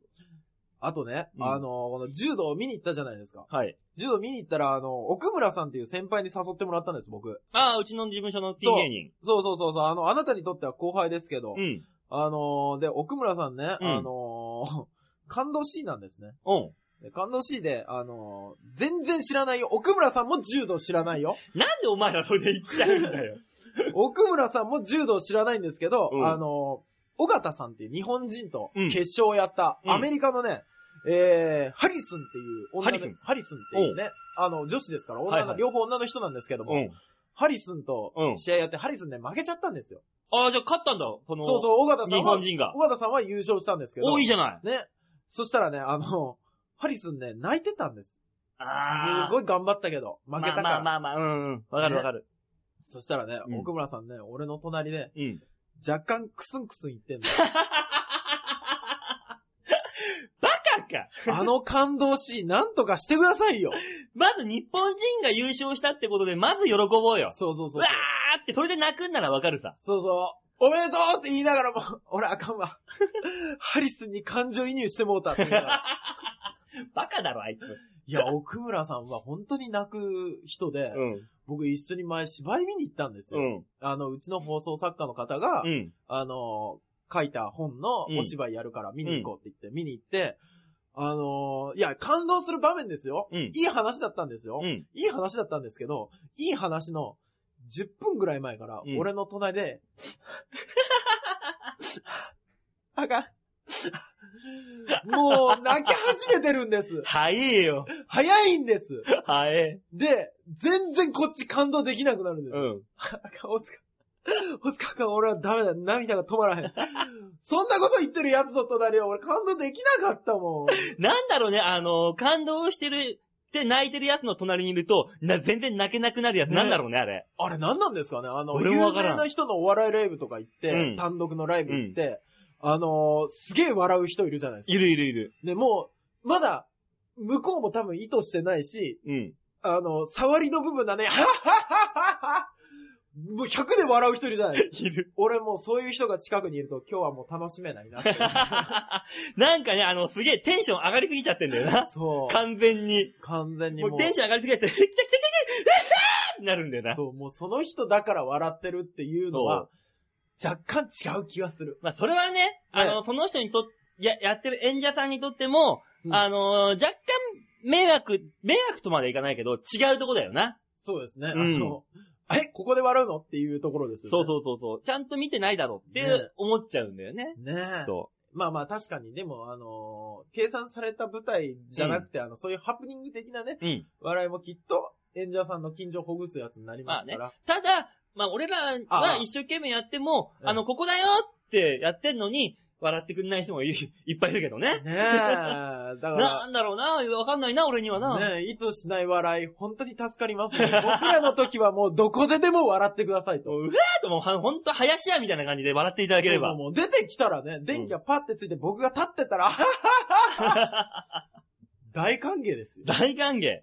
あとね、うんあの、この柔道を見に行ったじゃないですか。はい。柔道見に行ったら、あの、奥村さんっていう先輩に誘ってもらったんです、僕。ああ、うちの事務所のピン芸人。そうそうそうそう、あの、あなたにとっては後輩ですけど、うん。あの、で、奥村さんね、うんあの、 感動 C なんですね。うん。で感動 C で、あの、全然知らないよ。奥村さんも柔道知らないよ。なんでお前らそれで言っちゃうんだよ。奥村さんも柔道知らないんですけど、うんあの、尾形さんっていう日本人とうん決勝をやった、うんアメリカのね、えー、ハリスンっていうハ女のリスンハリスンっていうね、あの、女子ですから、女のはいはい両方女の人なんですけども、うん。ハリスンとうん試合やって、ハリスンね、負けちゃったんですよ。ああ、じゃあ勝ったんだ、その、そうそう、尾形さ日んは本、人が。尾形さんは優勝したんですけど、多いじゃない。ね、そしたらね、あの、ハリスンね、泣いてたんです。あーすごい頑張ったけど、負けたかまら。あまあまあまあ、うんうん。わかるわかる。そしたらね、うん奥村さんね、俺の隣で、うん。若干クスンクスン言ってんの。バカか あの感動シーン、なんとかしてくださいよ。まず日本人が優勝したってことで、まず喜ぼうよ。そうそううそうそうわ。ーって、それで泣くんならわかるさ。そうそう。おめでとうって言い ながらも、俺あかんわ。ハリスに感情移入してもうたっていうのがバカだろ、あいつ。いや、奥村さんは本当に泣く人で、僕一緒に前芝居見に行ったんですうよ。ん。あの、うちの放送作家の方が、うん。あの、書いた本のお芝居やるから見に行こうって言って、見に行って、あの、いや、感動する場面ですよ。うん。いい話だったんですよ。うん。いい話だったんですけど、いい話の10分ぐらい前からうん、俺の隣で、あかん。もう泣き始めてるんです。早えよ。早いんです。早え。で、全然こっち感動できなくなるんです。うん。あかん、大塚。大塚君、俺はダメだ。涙が止まらへん。そんなこと言ってるやつの隣は俺感動できなかったもん。なんだろうね、あの、感動してる、って泣いてるやつの隣にいると、な、全然泣けなくなるやつ。ねなんだろうね、あれ。あれ何なんですかねあの、俺有もわからん名な人のお笑いライブとか行って、うん単独のライブ行って、あのーすげえ笑う人いるじゃないですか。いるいるいる。で、もう、まだ、向こうも多分意図してないし、うん。あの触りの部分だね、はっはっはっはっはもう100で笑う人いるじゃないですか。いる。俺もうそういう人が近くにいると今日はもう楽しめないなって。 なんかね、あの、すげえテンション上がりすぎちゃってんだよな。そう。完全に。完全にももうう。テンション上がりすぎて、きたきたきたきたってなるんだよな。そう、もうその人だから笑ってるっていうのは、若干違う気がする。まあ、それはね、あの、その人にとっ、や、やってる演者さんにとっても、うんあのー若干、迷惑、迷惑とまでいかないけど、違うとこだよな。そうですね。うんあの、 え、ここで笑うのっていうところですよ、ね。そうそうそうそう。ちゃんと見てないだろうっねて思っちゃうんだよね。う。ねえ。そまあまあ確かに、でもあのー計算された舞台じゃなくて、あの、そういうハプニング的なね、う。うん。笑いもきっと演者さんの緊張をほぐすやつになりますから。ただ、まあ、俺らあはあ一生懸命やっても、うんあの、ここだよってやってんのに、笑ってくれない人もいるいっぱいいるけどね。ねえ、 だなかんだろうな、わかんないな、俺にはな。ら、ねえ、意図しない笑い、本当に助かります、 ね。僕らの時はもうどこででも笑ってくださいもと。う、うわーっともう、ほんと、林家みたいな感じで笑っていただければ。もう出てきたらね、電気がパッてついて僕が立ってたら、 あはははは大歓迎ですよ。大歓迎。ね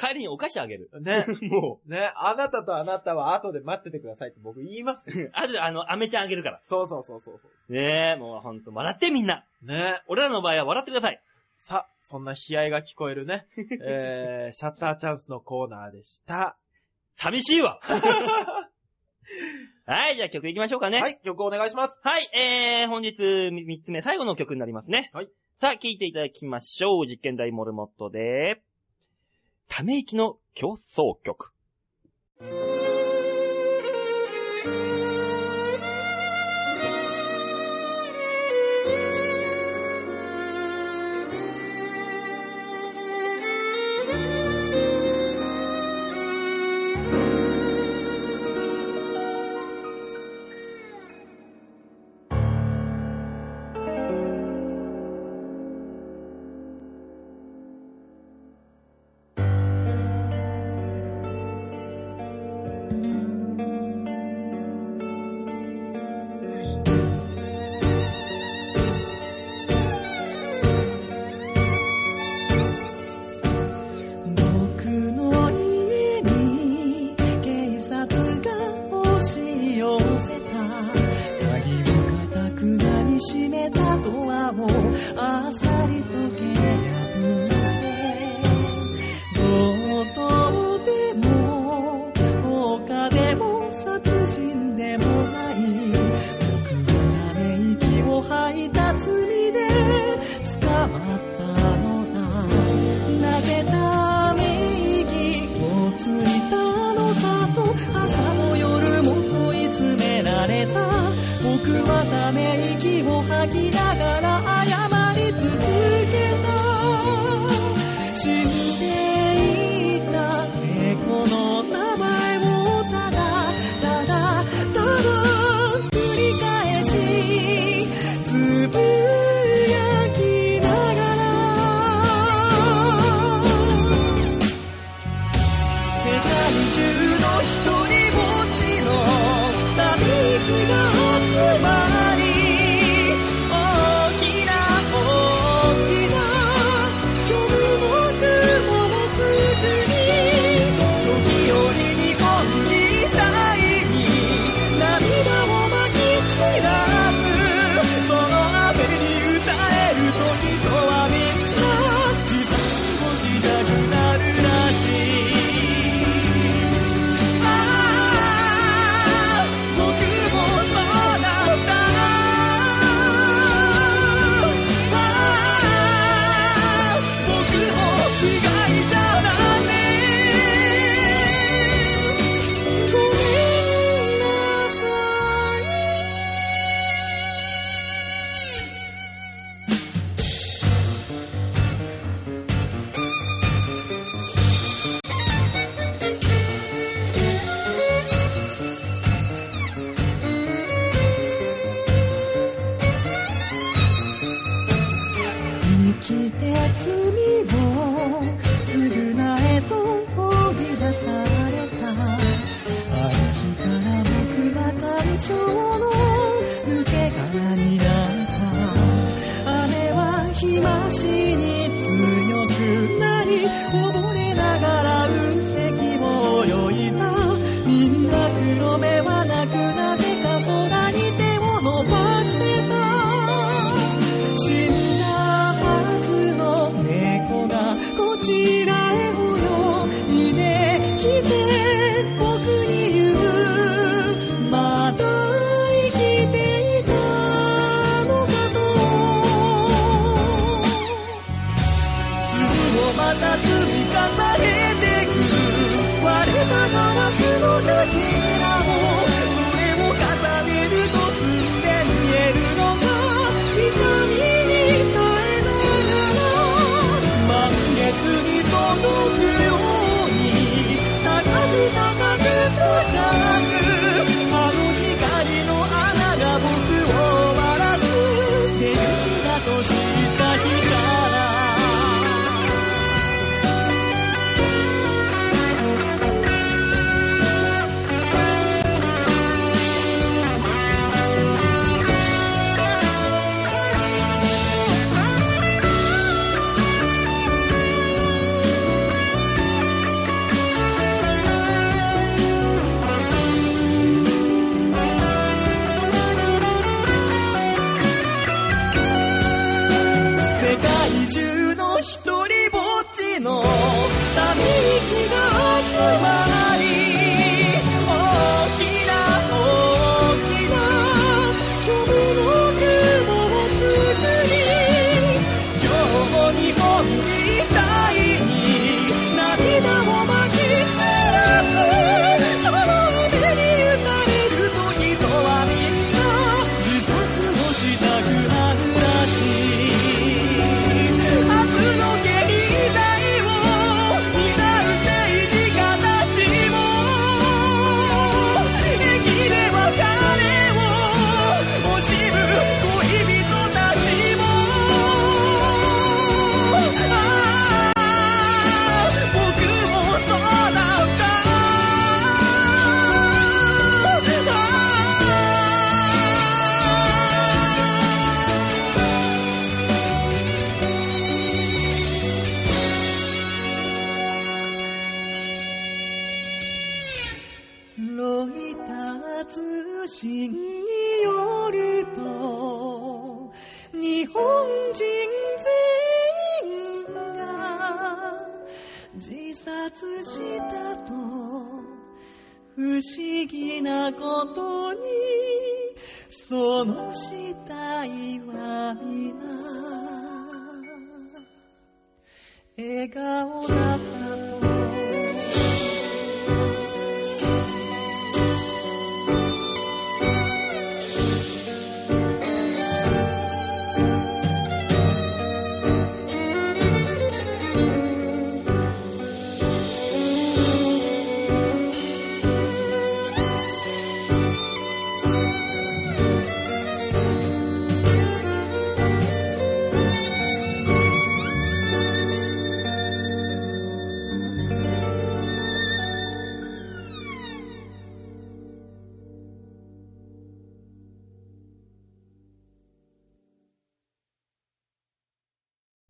帰りにお菓子あげる。え。 ね もね、あなたとあなたは後で待っててくださいって僕言いますよ。う、あと、あの、アメちゃんあげるから。 そうそうそうそうそねえ、もうほんと、笑ってみんな。う。ね俺らの場合は笑ってください。さ、そんな悲哀が聞こえるね。 えー、シャッターチャンスのコーナーでした。寂しいわ。 はい、じゃあ曲いきましょうかね。。はいい、曲お願いします。はい、えー、本日3つ目最後の曲になりますね。はい。さあ、聴いていただきましょう。実験台モルモットで、ため息の競争曲。僕の家に警察が押し寄せた鍵をかたくなに閉めたドアをあっさりと蹴破られ強盗でも放火でも殺人でもない僕はため息を吐いた罪で捕まったのだなぜため息をついたのかと朝も夜も問い詰められた僕はため息を吐きながら謝り続けた死んでいた猫の名前をただただただ繰り返しつぶやきながら世界中の一人ぼっちのため息が集まり大きな大きな虚無の雲を作り時折にこみたいに涙をまき散らすその雨に歌える時とはみんな自くなるらしいああ僕もそうだったああ僕も被害者だねごめんなさい生きて罪を償えと放り出されたある日から僕は感情の抜け殻になった雨は日増しに強くなり溺れながら雲石を泳いだみんな黒目はなくなぜか空に手を伸ばしてた死んだはずの猫がこちらへ泳いできて僕に言うまだ生きていたのかと粒をまた積み重ねてく割れたガラスのかけらをこれを重ねるとすんで見えるのが痛みに耐えながら満月に届くように高く高く高くあの光の穴が僕を笑らす出口だと知った日から世界中の一人ぼっちのため息が集まり大きな大きな虚無の雲を作り今日も日本みたいに涙をまき散らすその夢に打たれると人はみんな自殺をしたくなるらしい明日の経済を担う政治家たちも駅で別れを惜しむ恋人たちもああ僕もそうだったロイター通信によると日本人全員が自殺したと不思議なことにその死体は皆笑顔だったと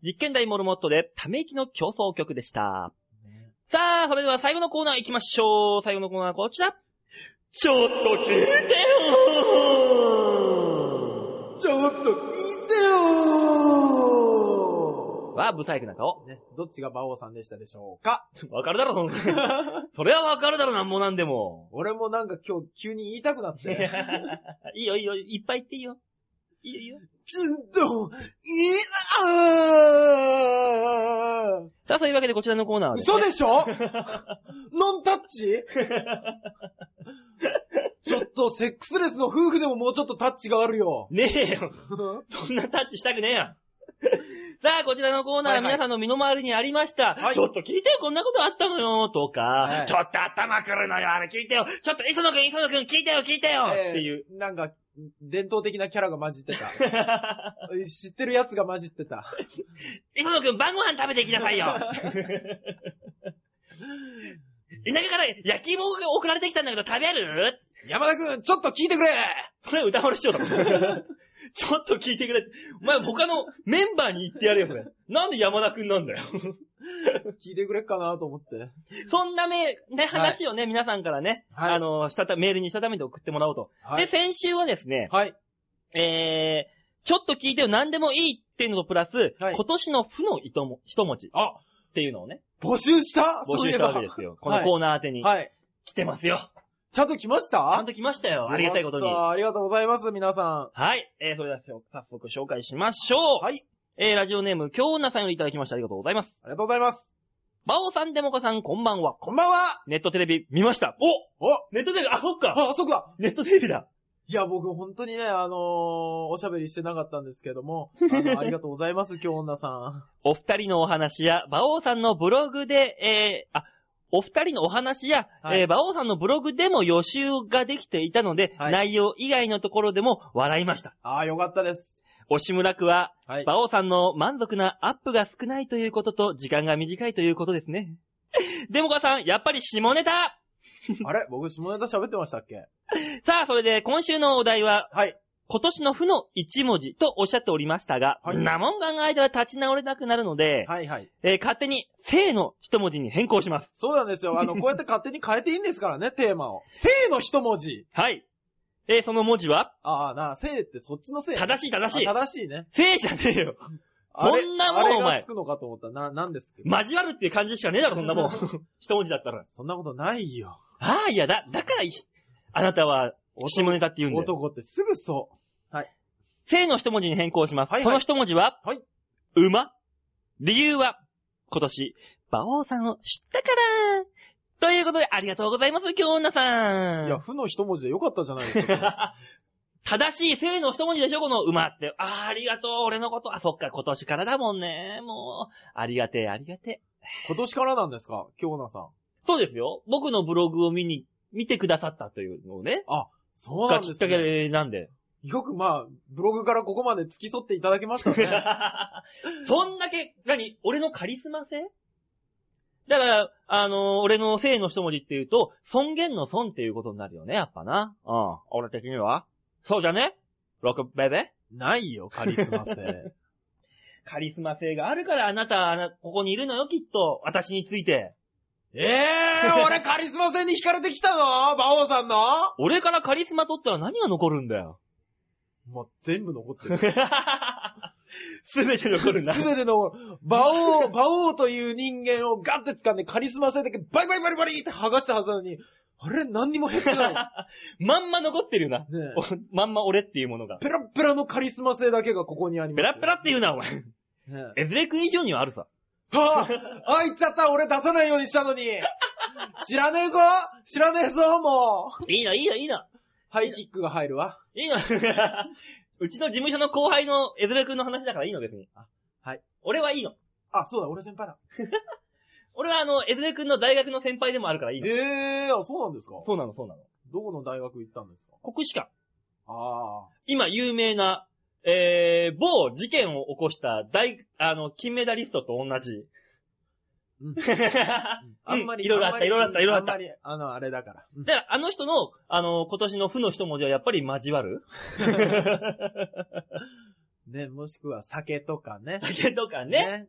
実験台モルモットで、ため息の競争曲でした。さあ、それでは最後のコーナー行きましょう。最後のコーナーはこちら。ちょっと聞いてよちょっと聞いてよわあ、ブサイクな顔。ね、どっちが馬王さんでしたでしょうかわかるだろ、そん なそれはわかるだろ、なんもなんでも。俺もなんか今日急に言いたくなっいやて。いいよ、いいよ、いっぱい言っていいよ。いいよ、いいよ。うんと、いあーさあ、そういうわけでこちらのコーナーはです嘘ね、でし ょノンタッ チちょっとセックスレスの夫婦でももうちょっとタッチがある よ。ねえよ。そんなタッチしたくねえやん。 さあ、こちらのコーナー、はいはい皆さんの身の回りにありました。はいちょっと聞いてよ、こんなことあったのよ、とか、はいちょっと頭くるのよ、あれ聞いてよ、ちょっと磯野くん、磯野くん、聞いてよ、聞いてよ、えーっていう。 なんか、伝統的なキャラが混じってた。 知ってるやつが混じってた。磯野くん、晩ご飯食べていきなさい よ。田舎から焼き芋が送られてきたんだけど、食べる山田くん、ちょっと聞いてく れそれ歌丸師匠だも ん。ちょっと聞いてくれ。お前他のメンバーに言ってやれよ、これ。なんで山田くんなんだよ。 聞いてくれっかなと思って。そんなめ、ね、話をね、皆さんからね、はいあの、したた、メールにしたためて送ってもらおうと。はで、い。先週はですね、はい。えー、ちょっと聞いてよ、何でもいいっていうのとプラス、はい今年の負の一も一文字。っていうのをね、募集した募集したわけですよ。こはのいコーナー宛てに。はい。来てますよ。ちゃんと来ましたちゃんと来ましたよ。ありがたいことに。よかったありがとうございます、皆さはい。えー、それでは早速紹介しましょう。はい。えー、ラジオネーム、京女さんよりいただきました。ありがとうございます。ん。ありがとうございます。バオさん、デモカさん、こんばんは。こんばんはネットテレビ見ました。おおネットテレビ、あ、そっか。あ、そこだネットテレビだ。いや、僕本当にね、あのー、おしゃべりしてなかったんですけども、あのありがとうございます、今日女さん。お二人のお話や、馬王さんのブログで、えー、あ、お二人のお話や、はいえー、馬王さんのブログでも予習ができていたので、はい内容以外のところでも笑いました。ああ、よかったです。押村区は、はい。馬王さんの満足なアップが少ないということと、時間が短いということですね。 デモカさん、やっぱり下ネタあれ僕下ネタ喋ってましたっけさあ、それで今週のお題は、はい。今年の負の一文字とおっしゃっておりましたが、はいんなもん考えたら立ち直れなくなるので、はいはい。えー勝手に、性の一文字に変更します。そうなんですよ。あの、こうやって勝手に変えていいんです からね、テーマを。性の一文字。はい。えーその文字は、ああ、なあ、性ってそっちの性。正しい正しいあ。正しいね。性じゃねえよ。あれそんなもんあれお前がつくのかと思ったな、なんですけど。交わるっていう感じしかねえだろ、そんな もん。一文字だったら。そんなことないよ。ああ、いやだ。だからい、あなたは、下ネタって言うんだよ。男ってすぐそう。性の一文字に変更します。はいはそいの一文字は、はい馬。理由は、今年、馬王さんを知ったから。ということで、ありがとうございます、京女さん。いや、負の一文字でよかったじゃないです か。 正しい性の一文字でしょ、この馬って。ああ、ありがとう、俺のこと。あ、そっか、今年からだもんね。もう、ありがてえ、ありがてえ。今年からなんですか京奈さん。そうですよ。僕のブログを見に、見てくださったというのをね。そうながんきでっすかね。けなん で。よくまあ、ブログからここまで付き添っていただきました ね。そんだけ、何俺のカリスマ性だから、あのー俺の性の一文字って言うと、尊厳の尊っていうことになるよね、やっぱな。うん。俺的には。そうじゃねロックベベないよ、カリスマ性。カリスマ性があるから、あなた、あなここにいるのよ、きっと。私について。え えー、俺カリスマ性に惹かれてきたの馬王さんの俺からカリスマ取ったら何が残るんだ よ。もう全部残ってる。すべて残るな。すべての、馬王、馬王という人間をガッて掴んでカリスマ性だけバリバリバリバリって剥がしたはずなのに、あれ何にも減って なまんま残ってるよな。い。ねえおまんま俺っていうものが。ペラッペラのカリスマ性だけがここにあります。ペラッペラって言うな、お前。ねえエズレ君以上にはあるさ。はぁ、あ、言っちゃった俺出さないようにした のに知らねえぞ知らねえぞもういいな、いいな、いいな。ハイキックが入るわ。いいな。 うちの事務所の後輩のエズレ君の話だからいいの、別に。はい。俺はいいの。あ、そうだ、俺先輩だ。俺はあの、エズレ君の大学の先輩でもあるからいいの。ええー、あ、そうなんですかそうなの、そうなの。どこの大学行ったんですか国士官。あ今有名な、えー、某事件を起こした大、あの、金メダリストと同じ。 うんあ。あんまりいろいろあったいろいろあったいろいろあったあんまり、あの、あれだから。うんだから、あの人の、あの、今年の負の一文字はやっぱり交わる ね、もしくは酒とかね。だけどかね。ね。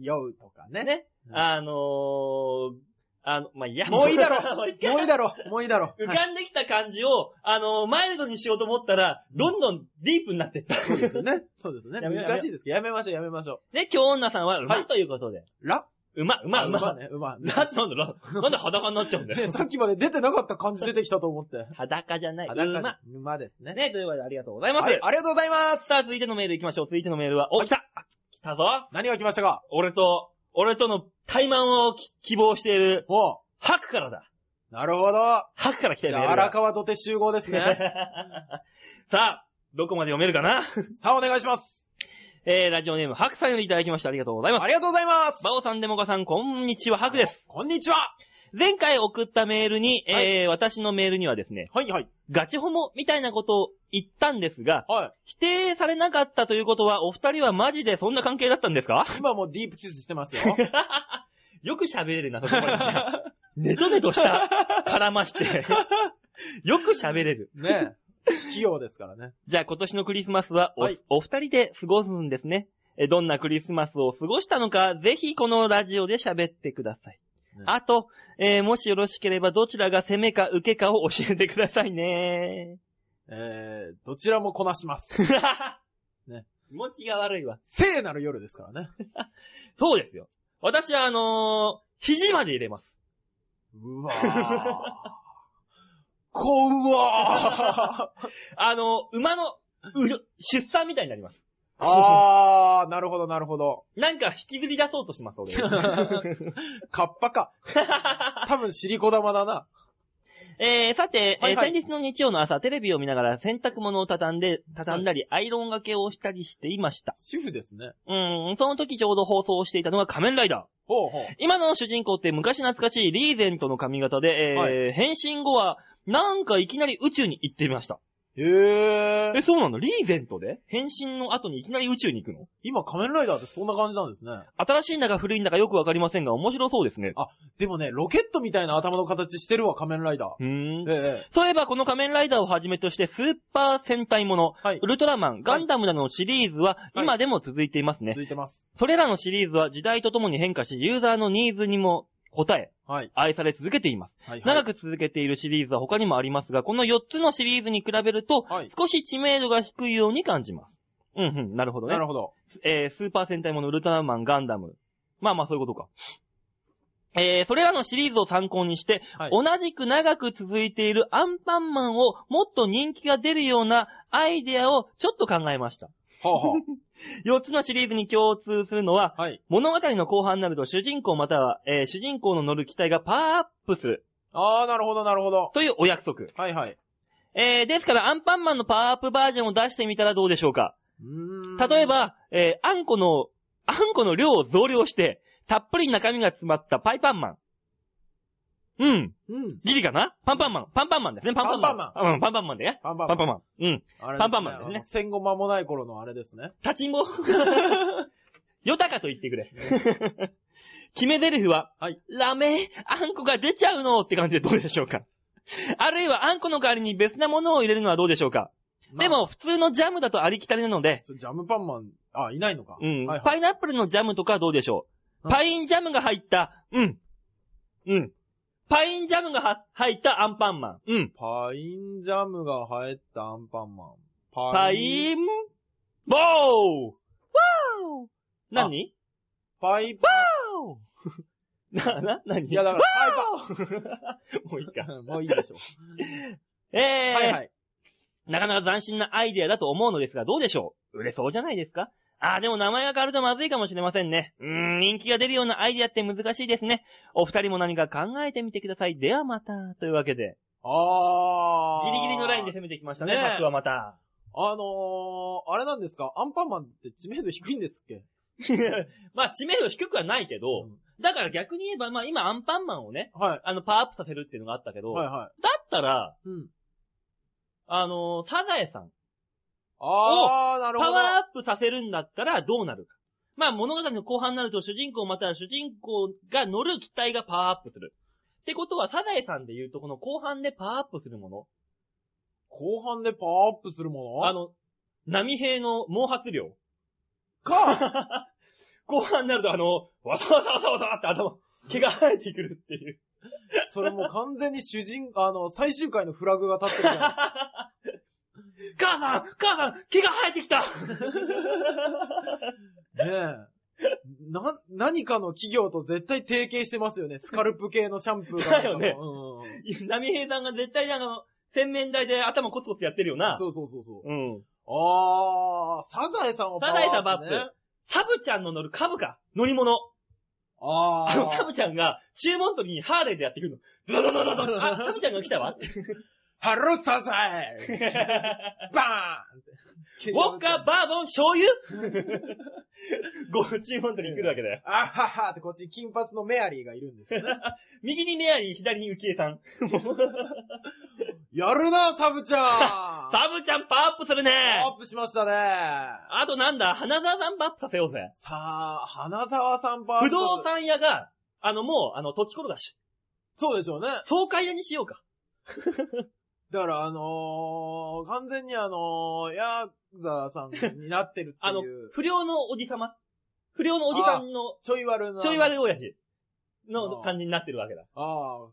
酔うとかね。ね。あのー、あの、まあ、いや。もういいだろもう一回もういいだろもういいだろ 浮かんできた感じを、あの、マイルドにしようと思ったら、どんどんディープにな ってった。そうですね。そうですね。やめよう難しいですけど、やめましょう、やめましょで、京女さんは馬ということで。う。ラ馬、馬、うま馬。ね、うまね。なんでなんだろう、なんで裸になっちゃうんだ ねよ。さっきまで出てなかった感じ出てきたと思って。裸じゃない。裸馬。で馬ですね。ね、というわけでありがとうございます。はい、ありがとうございます。さあ、続いてのメール行きましょう。続いてのメールは、お、来た来たぞ何が来ましたか俺と、俺との対マンをき希望している、おうハクからだ。なるほど。ハクから来たじよゃメーあルが荒川土手集合ですね。 さあ、どこまで読めるかなさあ、お願いします。えー、ラジオネーム、ハクさんよりいただきました。ありがとうございますあ。りがとうござ います。バオさん、デモカさん、こんにちは、ハクです。こんにちは。前回送ったメールに、えーは私のメールにはですね、はいはい。ガチホモみたいなことを言ったんですが、は否定されなかったということは、お二人はマジでそんな関係だったんですかい。今もうディープチーズしてます よ。よく喋れるな、そこまでじゃあ。 ネトネトした、絡ま して。よく喋れる。ねえ。器用ですからね。じゃあ今年のクリスマスはお,、はいお二人で過ごすんですね。えどんなクリスマスを過ごしたのか、ぜひこのラジオで喋ってください。ねあと、えーもしよろしければどちらが攻めか受けかを教えてくださいね。えー、どちらもこなします。ね 気持ちが悪いわ。聖なる夜ですからね。そうですよ。私はあのー肘まで入れます。うわぁ。 こうわぁ。あのー馬の、う出産みたいになります。あー、なるほどなるほど。なんか引きずり出そうとします、俺。 カッパか。多分シリコ玉だな。えー、さて、はいはえいー先日の日曜の朝、テレビを見ながら洗濯物を畳んで、畳んだり、アイロン掛けをしたりしていました。主婦ですね。うーん、その時ちょうど放送していたのが仮面ライダー。ほうほう。今の主人公って昔懐かしいリーゼントの髪型で、えーは変身後は、なんかいきなり宇宙に行ってみました。へえ、え。そうなのリーゼントで変身の後にいきなり宇宙に行くの今仮面ライダーってそんな感じなんですね。新しいんだか古いんだかよくわかりませんが、面白そうですね。でもね、ロケットみたいな頭の形してるわ、仮面ライダー。うーんえ。え。そういえばこの仮面ライダーをはじめとしてスーパー戦隊もの、はいウルトラマン、ガンダムなどのシリーズははい今でも続いていますね。続いてます。それらのシリーズは時代とともに変化し、ユーザーのニーズにも応え、はい。愛され続けています。はい、はい。長く続けているシリーズは他にもありますが、この4つのシリーズに比べるとはい、少し知名度が低いように感じます。うんうん、なるほどねな。るほど。えースーパー戦隊ものウルトラマン、ガンダム。まあまあそういうことか。えーそれらのシリーズを参考にして、はい同じく長く続いているアンパンマンをもっと人気が出るようなアイデアをちょっと考えました。ほうほう。 4つのシリーズに共通するのは、はい。物語の後半になると主人公または、えー主人公の乗る機体がパワーアップするあー、なるほど、なるほど。というお約束。はいはい。えーですからアンパンマンのパワーアップバージョンを出してみたらどうでしょうかうーん例え、ば、えーあんこの、あんこの量を増量して、たっぷり中身が詰まったパイパンマン。うん。うん。ギリかなパンパンマン。パンパンマンですね。パンパンマン。パンうん、パンパンマンでね。パンパンパマンン。パンマン。うん。あれパンパンマンですねあの戦後間もない頃のあれですね。立ち んぼ。ヨタカと言ってくれ。 決め台詞は、はいラメ、あんこが出ちゃうのって感じでどうでしょうかあるいはあんこの代わりに別なものを入れるのはどうでしょうかまで、あも、普通のジャムだとありきたりなので、それジャムパンマン、あ、いないのか。うん。はいはい。パイナップルのジャムとかはどうでしょううんパインジャムが入った、うん。うん。パインジャムがは入ったアンパンマン。うん。パインジャムが入ったアンパンマン。パイン、ボーワー何パイパワー な、な、何ン。いや、だから、 もういいパイか。パン。もういいでしょ。えー、はいはい。なかなか斬新なアイデアだと思うのですが、どうでしょう売れそうじゃないですかあー、でも名前が変わるとまずいかもしれませんね。うーん、人気が出るようなアイデアって難しいですね。お二人も何か考えてみてください。ではまた。というわけで、あー。ギリギリのラインで攻めてきましたね、ねえパックはま た。あのー、あれなんですかアンパンマンって知名度低いんですっけまあ、知名度低くはないけど、だから逆に言えば、まあ今アンパンマンをね、はい。あの、パワーアップさせるっていうのがあったけど、はいだはったら、い。うん。あのーサザエさん、あー、なるほパど。ワーアップさせるんだったらどうなるか。まあ物語の後半になると主人公または主人公が乗る機体がパワーアップする。ってことは、サザエさんで言うとこの後半でパワーアップするも後半でパワーアップするもの、のあの、波平の毛髪量。か 後半になるとあの、わさわさわさわさって頭、毛が生えてくるっていう。それもう完全に主人、あの、最終回のフラグが立ってるじゃん。母さん母さん毛が生えてき たねえ。な、何かの企業と絶対提携してますよね。スカルプ系のシャンプーが。だよねうん波平さんが絶対なんか、洗面台で頭コツコツやってるよな。そうそうそうそう。うん。あー、サザエさんをサザエさんバッねプ。サブちゃんの乗るカブか。乗り物。ああの、サー。ブちゃんが注文の時にハーレーでやってくるの。ドドドドドド。あ、サブちゃんが来たわって。ハローサザエバーンってウォッカー、バーボン、醤油ご注文の時に来るわけだよ。あははってこっちに金髪のメアリーがいるんですよね。右にメアリー、左にウキエさん。もうやるな、サブちゃんアサブちゃんパワーアップするね。ップしましたね。あとなんだ、花沢さんパワーアップさせようぜ。さあ、花沢さんバー不動産屋が、あのもう、あの、土地転がし。そうでしょうね。爽快屋にしようか。だから、あのー、完全にあのー、ヤクザさんになってるってあのいう、、不良のおじさま。不良のおじさんの、ちょい悪な。ちょい悪い親父のあ感じになってるわけだ。ああ。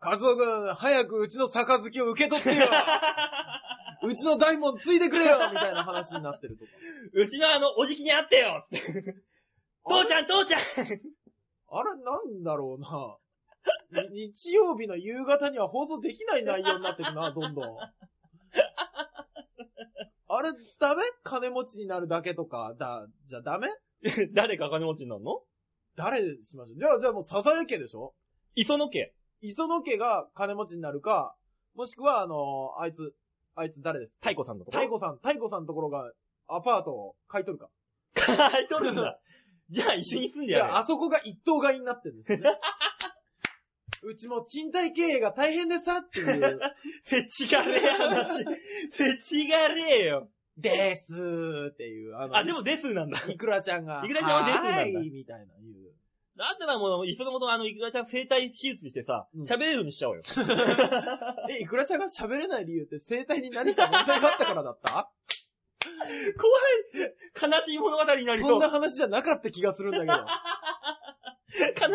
カズオ君、早くうちの杯を受け取って ようちの大門ついてくれよみたいな話になってるとか。うちのあの、おじきに会って よって父ちゃん、父ちゃんあれなんだろうな。に日曜日の夕方には放送できない内容になってるな、どんどん。あれ、ダメ金持ちになるだけとか、だ、じゃあダメ 誰が金持ちになるの誰しましょう。じゃあ、じゃあもうサザエ家でしょ磯野家。磯野家が金持ちになるか、もしくは、あのあいつ、あいつ誰です太鼓さんのとこ太鼓さん、太鼓さんのところがアパートを買い取るか。買い取るん だ。じゃあ一緒に住んいでやや、る。あそこが一等買いになってるんですよ ね。うちも賃貸経営が大変でさっていう。 せちがれえ話。せちがれえよ。ですーっていう。あの、あ、でもですなんだ。いくらちゃんが。いくらちゃんはですーなんだはーいみたいな言う。だったらもう、いっそのことあの、いくらちゃん生体手術してさうん、喋れるようにしちゃおうよ。え、いくらちゃんが喋れない理由って生体に何か問題があったからだった 怖い。悲しい物語になりそそんう。な話じゃなかった気がするんだけど。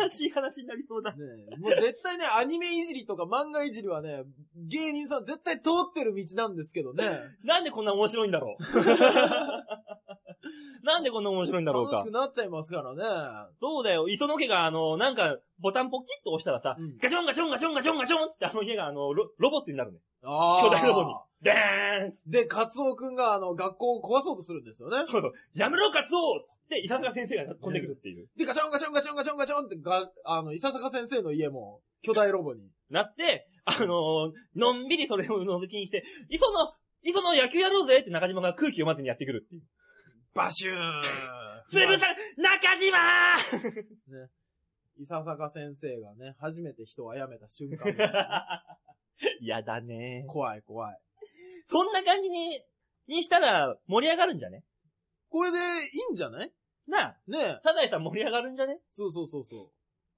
悲しい話になりそうだ。ねえ、もう絶対ね、アニメいじりとか漫画いじりはね、芸人さん絶対通ってる道なんですけどね。なんでこんな面白いんだろ う。なんでこんな面白いんだろうか楽しく。なっちゃいますからね。そうだよ、磯野家があの、なんか、ボタンポキッと押したらさ、うんガチョンガチョンガチョンガチョンガチョンってあの家があの、ロロボットになるね。あー巨大ロボに。でーンで、カツオくんがあの、学校を壊そうとするんですよね。そうそう、やめろカツオって、伊坂先生が飛んでくるっていう。で、ガチョンガチョンガチョンガチョンガチョンってが、あの、伊佐坂先生の家も、巨大ロボに。なって、あのー、のんびりそれを覗きに来て、磯野、磯野野球やろうぜって中島が空気を待つにやってくるっていう。バシューつぶさ、中島ー伊佐坂先生がね、初めて人を殺めた瞬間。 やだね怖い怖い。そんな感じに、にしたら盛り上がるんじゃねこれでいいんじゃないなあ、ねえ。サザエさん盛り上がるんじゃねそうそうそうそ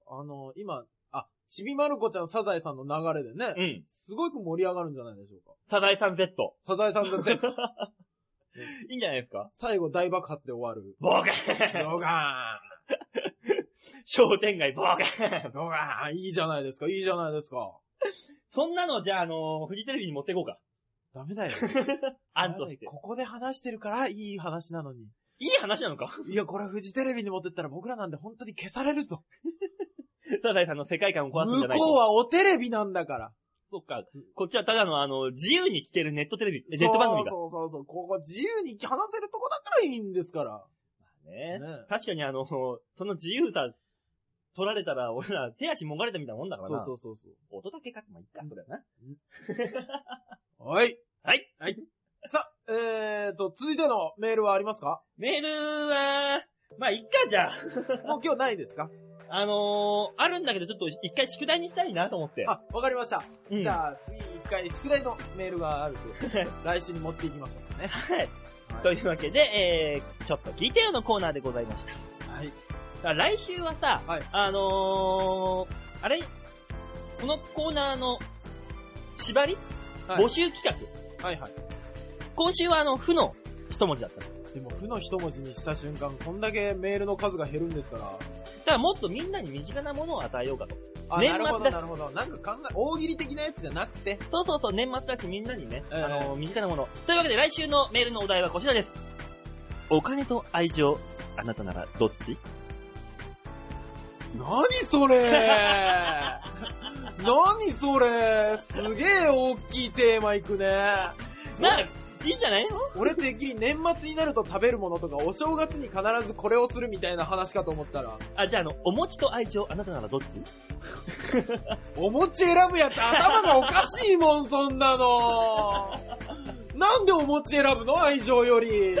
う。あの、今、あ、ちびまる子ちゃんサザエさんの流れでね、うん。すごく盛り上がるんじゃないでしょうか。サザエさん Z。サザエさんが 全部いいんじゃないですか最後大爆発で終わる。ボーンドガ商店街ボーーンンドガーンいいじゃないですか、いいじゃないですか。そんなのじゃあ、あのーフジテレビに持っていこうか。ダメ だよ。案として。ここで話してるからいい話なのに。いい話なのかいや、これフジテレビに持ってったら僕らなんで本当に消されるぞ。サザエさんの世界観を壊すんじ向ゃないこうはおテレビなんだから。そっか。こっちはただの、あの、自由に聴けるネットテレビ、えネッそうト番組だ。そうそうそう。ここ自由に話せるとこだからいいんですから。ねね確かにあの、その自由さ、取られたら、 俺ら手足もがれたみたいなもんだからそうな。そうそうそう。音だけかってもいいか、それはな。はい。はい。さ、えーと、続いてのメールはありますかメールは、まあ、いっか、じゃあ。もう今日ないですかあのー、あるんだけど、ちょっと一回宿題にしたいなと思って。あ、わかりました。うん、じゃあ、次一回宿題のメールがあると いうことで来週に持っていきますのでね。はい。とはい。いうわけで、えー、ちょっと聞いてよのコーナーでございました。はい。さあ来週はさ、はいあのー、あれこのコーナーの縛り、はい募集企画。はいはい。今週はあの、負の一文字だったの。だでも、負の一文字にした瞬間、こんだけメールの数が減るんですから。からもっとみんなに身近なものを与えようかと。あ年なるほど、末だなしる、ほど。なんか考え、大喜利的なやつじゃなくて、そうそうそう、年末だしみんなにね、ええあの、身近なもの。というわけで来週のメールのお題はこちらです。お金と愛情、あなたならどっち何それ 何それすげえ大きいテーマいくね。まあ、いいんじゃないの俺てっきり年末になると食べるものとか、お正月に必ずこれをするみたいな話かと思ったら、あ、じゃああの、お餅と愛情、あなたならどっちお餅選ぶやつ頭がおかしいもん、そんなの。なんでお餅選ぶの愛情より。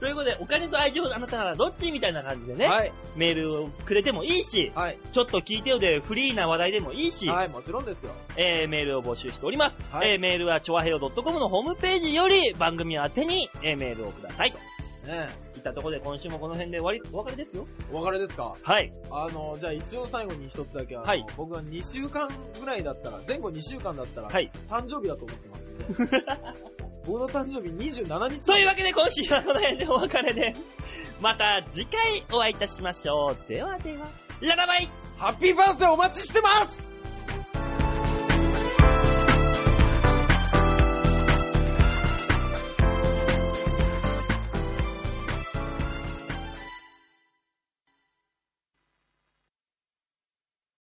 ということで、お金と愛情、あなたならどっちみたいな感じでね、はい。メールをくれてもいいし、はい。ちょっと聞いてよでフリーな話題でもいいし、はい、もちろんですよ。えー、メールを募集しております。はいえー、メールは、ちょわへよ .com のホームページより、番組宛てに、えー、メールをください。とねいったところで、今週もこの辺で終わり、お別れですよ。えお別れですかはい。あの、じゃあ一応最後に一つだけ、あのはい僕は2週間ぐらいだったら、前後2週間だったら、はい。誕生日だと思ってますんで。 僕の誕生日27日というわけで、今週はこの辺でお別れで、また次回お会いいたしましょう。ではでは、ララバイハッピーバースデーお待ちしてます